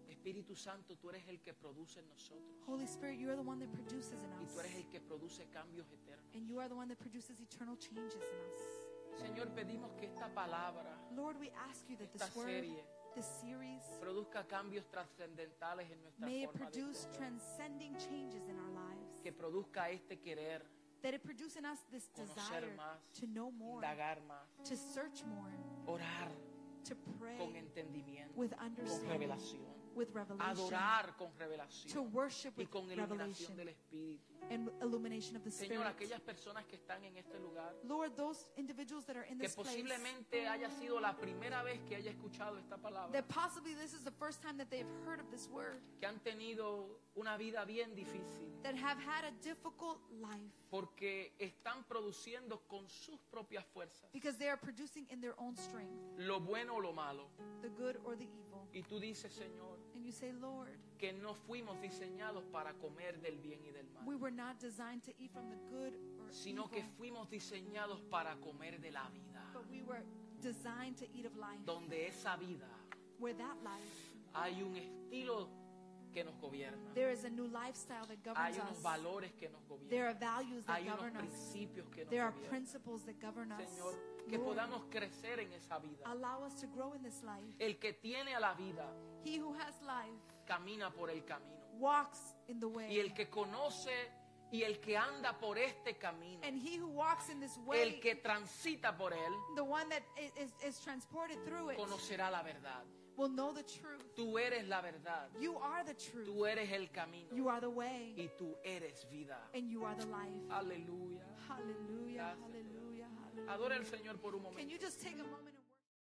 Espíritu Santo, tú eres el que produce en nosotros Holy Spirit, you are the one that produces in y tú us. eres el que produce cambios eternos. And you are the one that produces eternal changes in us. Señor, pedimos que esta palabra Lord, we ask you that this Esta word, serie this series, produzca cambios trascendentales en nuestra may it forma de produce ser, transcending changes in our lives. que produzca este querer, That it produce in us this Conocer desire más. to know more, indagar más, to search more, orar to con pray entendimiento, with con understanding, revelación, with revelation, adorar con to revelación worship y with con revelation iluminación del Espíritu. and illumination of the Señor, Spirit. aquellas personas que están en este lugar, Lord, those individuals that are in que this place. posiblemente haya sido la primera vez que haya escuchado esta palabra, that possibly this is the first time that they've heard of this word, que han tenido una vida bien difícil, that have had a difficult life porque están produciendo con sus propias fuerzas because they are producing in their own strength lo bueno o lo malo. the good or the evil. Y tú dices, Señor, And you say, Lord, que no fuimos diseñados para comer del bien y del mal, we were not designed to eat from the good or sino que evil, fuimos diseñados para comer de la vida, but we were designed to eat of life, donde esa vida where that life, hay un estilo que nos gobierna, there is a new lifestyle that hay governs unos us. valores que nos There are gobiernan, values that hay unos govern us. principios que nos There are gobiernan. principles that govern us. Señor, que Lord, podamos Eh. crecer en esa vida. allow us to grow in this life. El que tiene a la vida He who has life camina por el camino. walks in the way. Y el que conoce y el que anda por este camino, And he who walks in this way, el que transita por él, the one that i- is, is transported through it, conocerá la verdad. will know the truth. Tú eres la verdad, You are the truth. tú eres el You camino are the way. y tú eres vida. And you are the life. Aleluya. Gracias, Hallelujah, Señor. hallelujah, hallelujah. Adora al Señor por un momento. Can you just take a moment?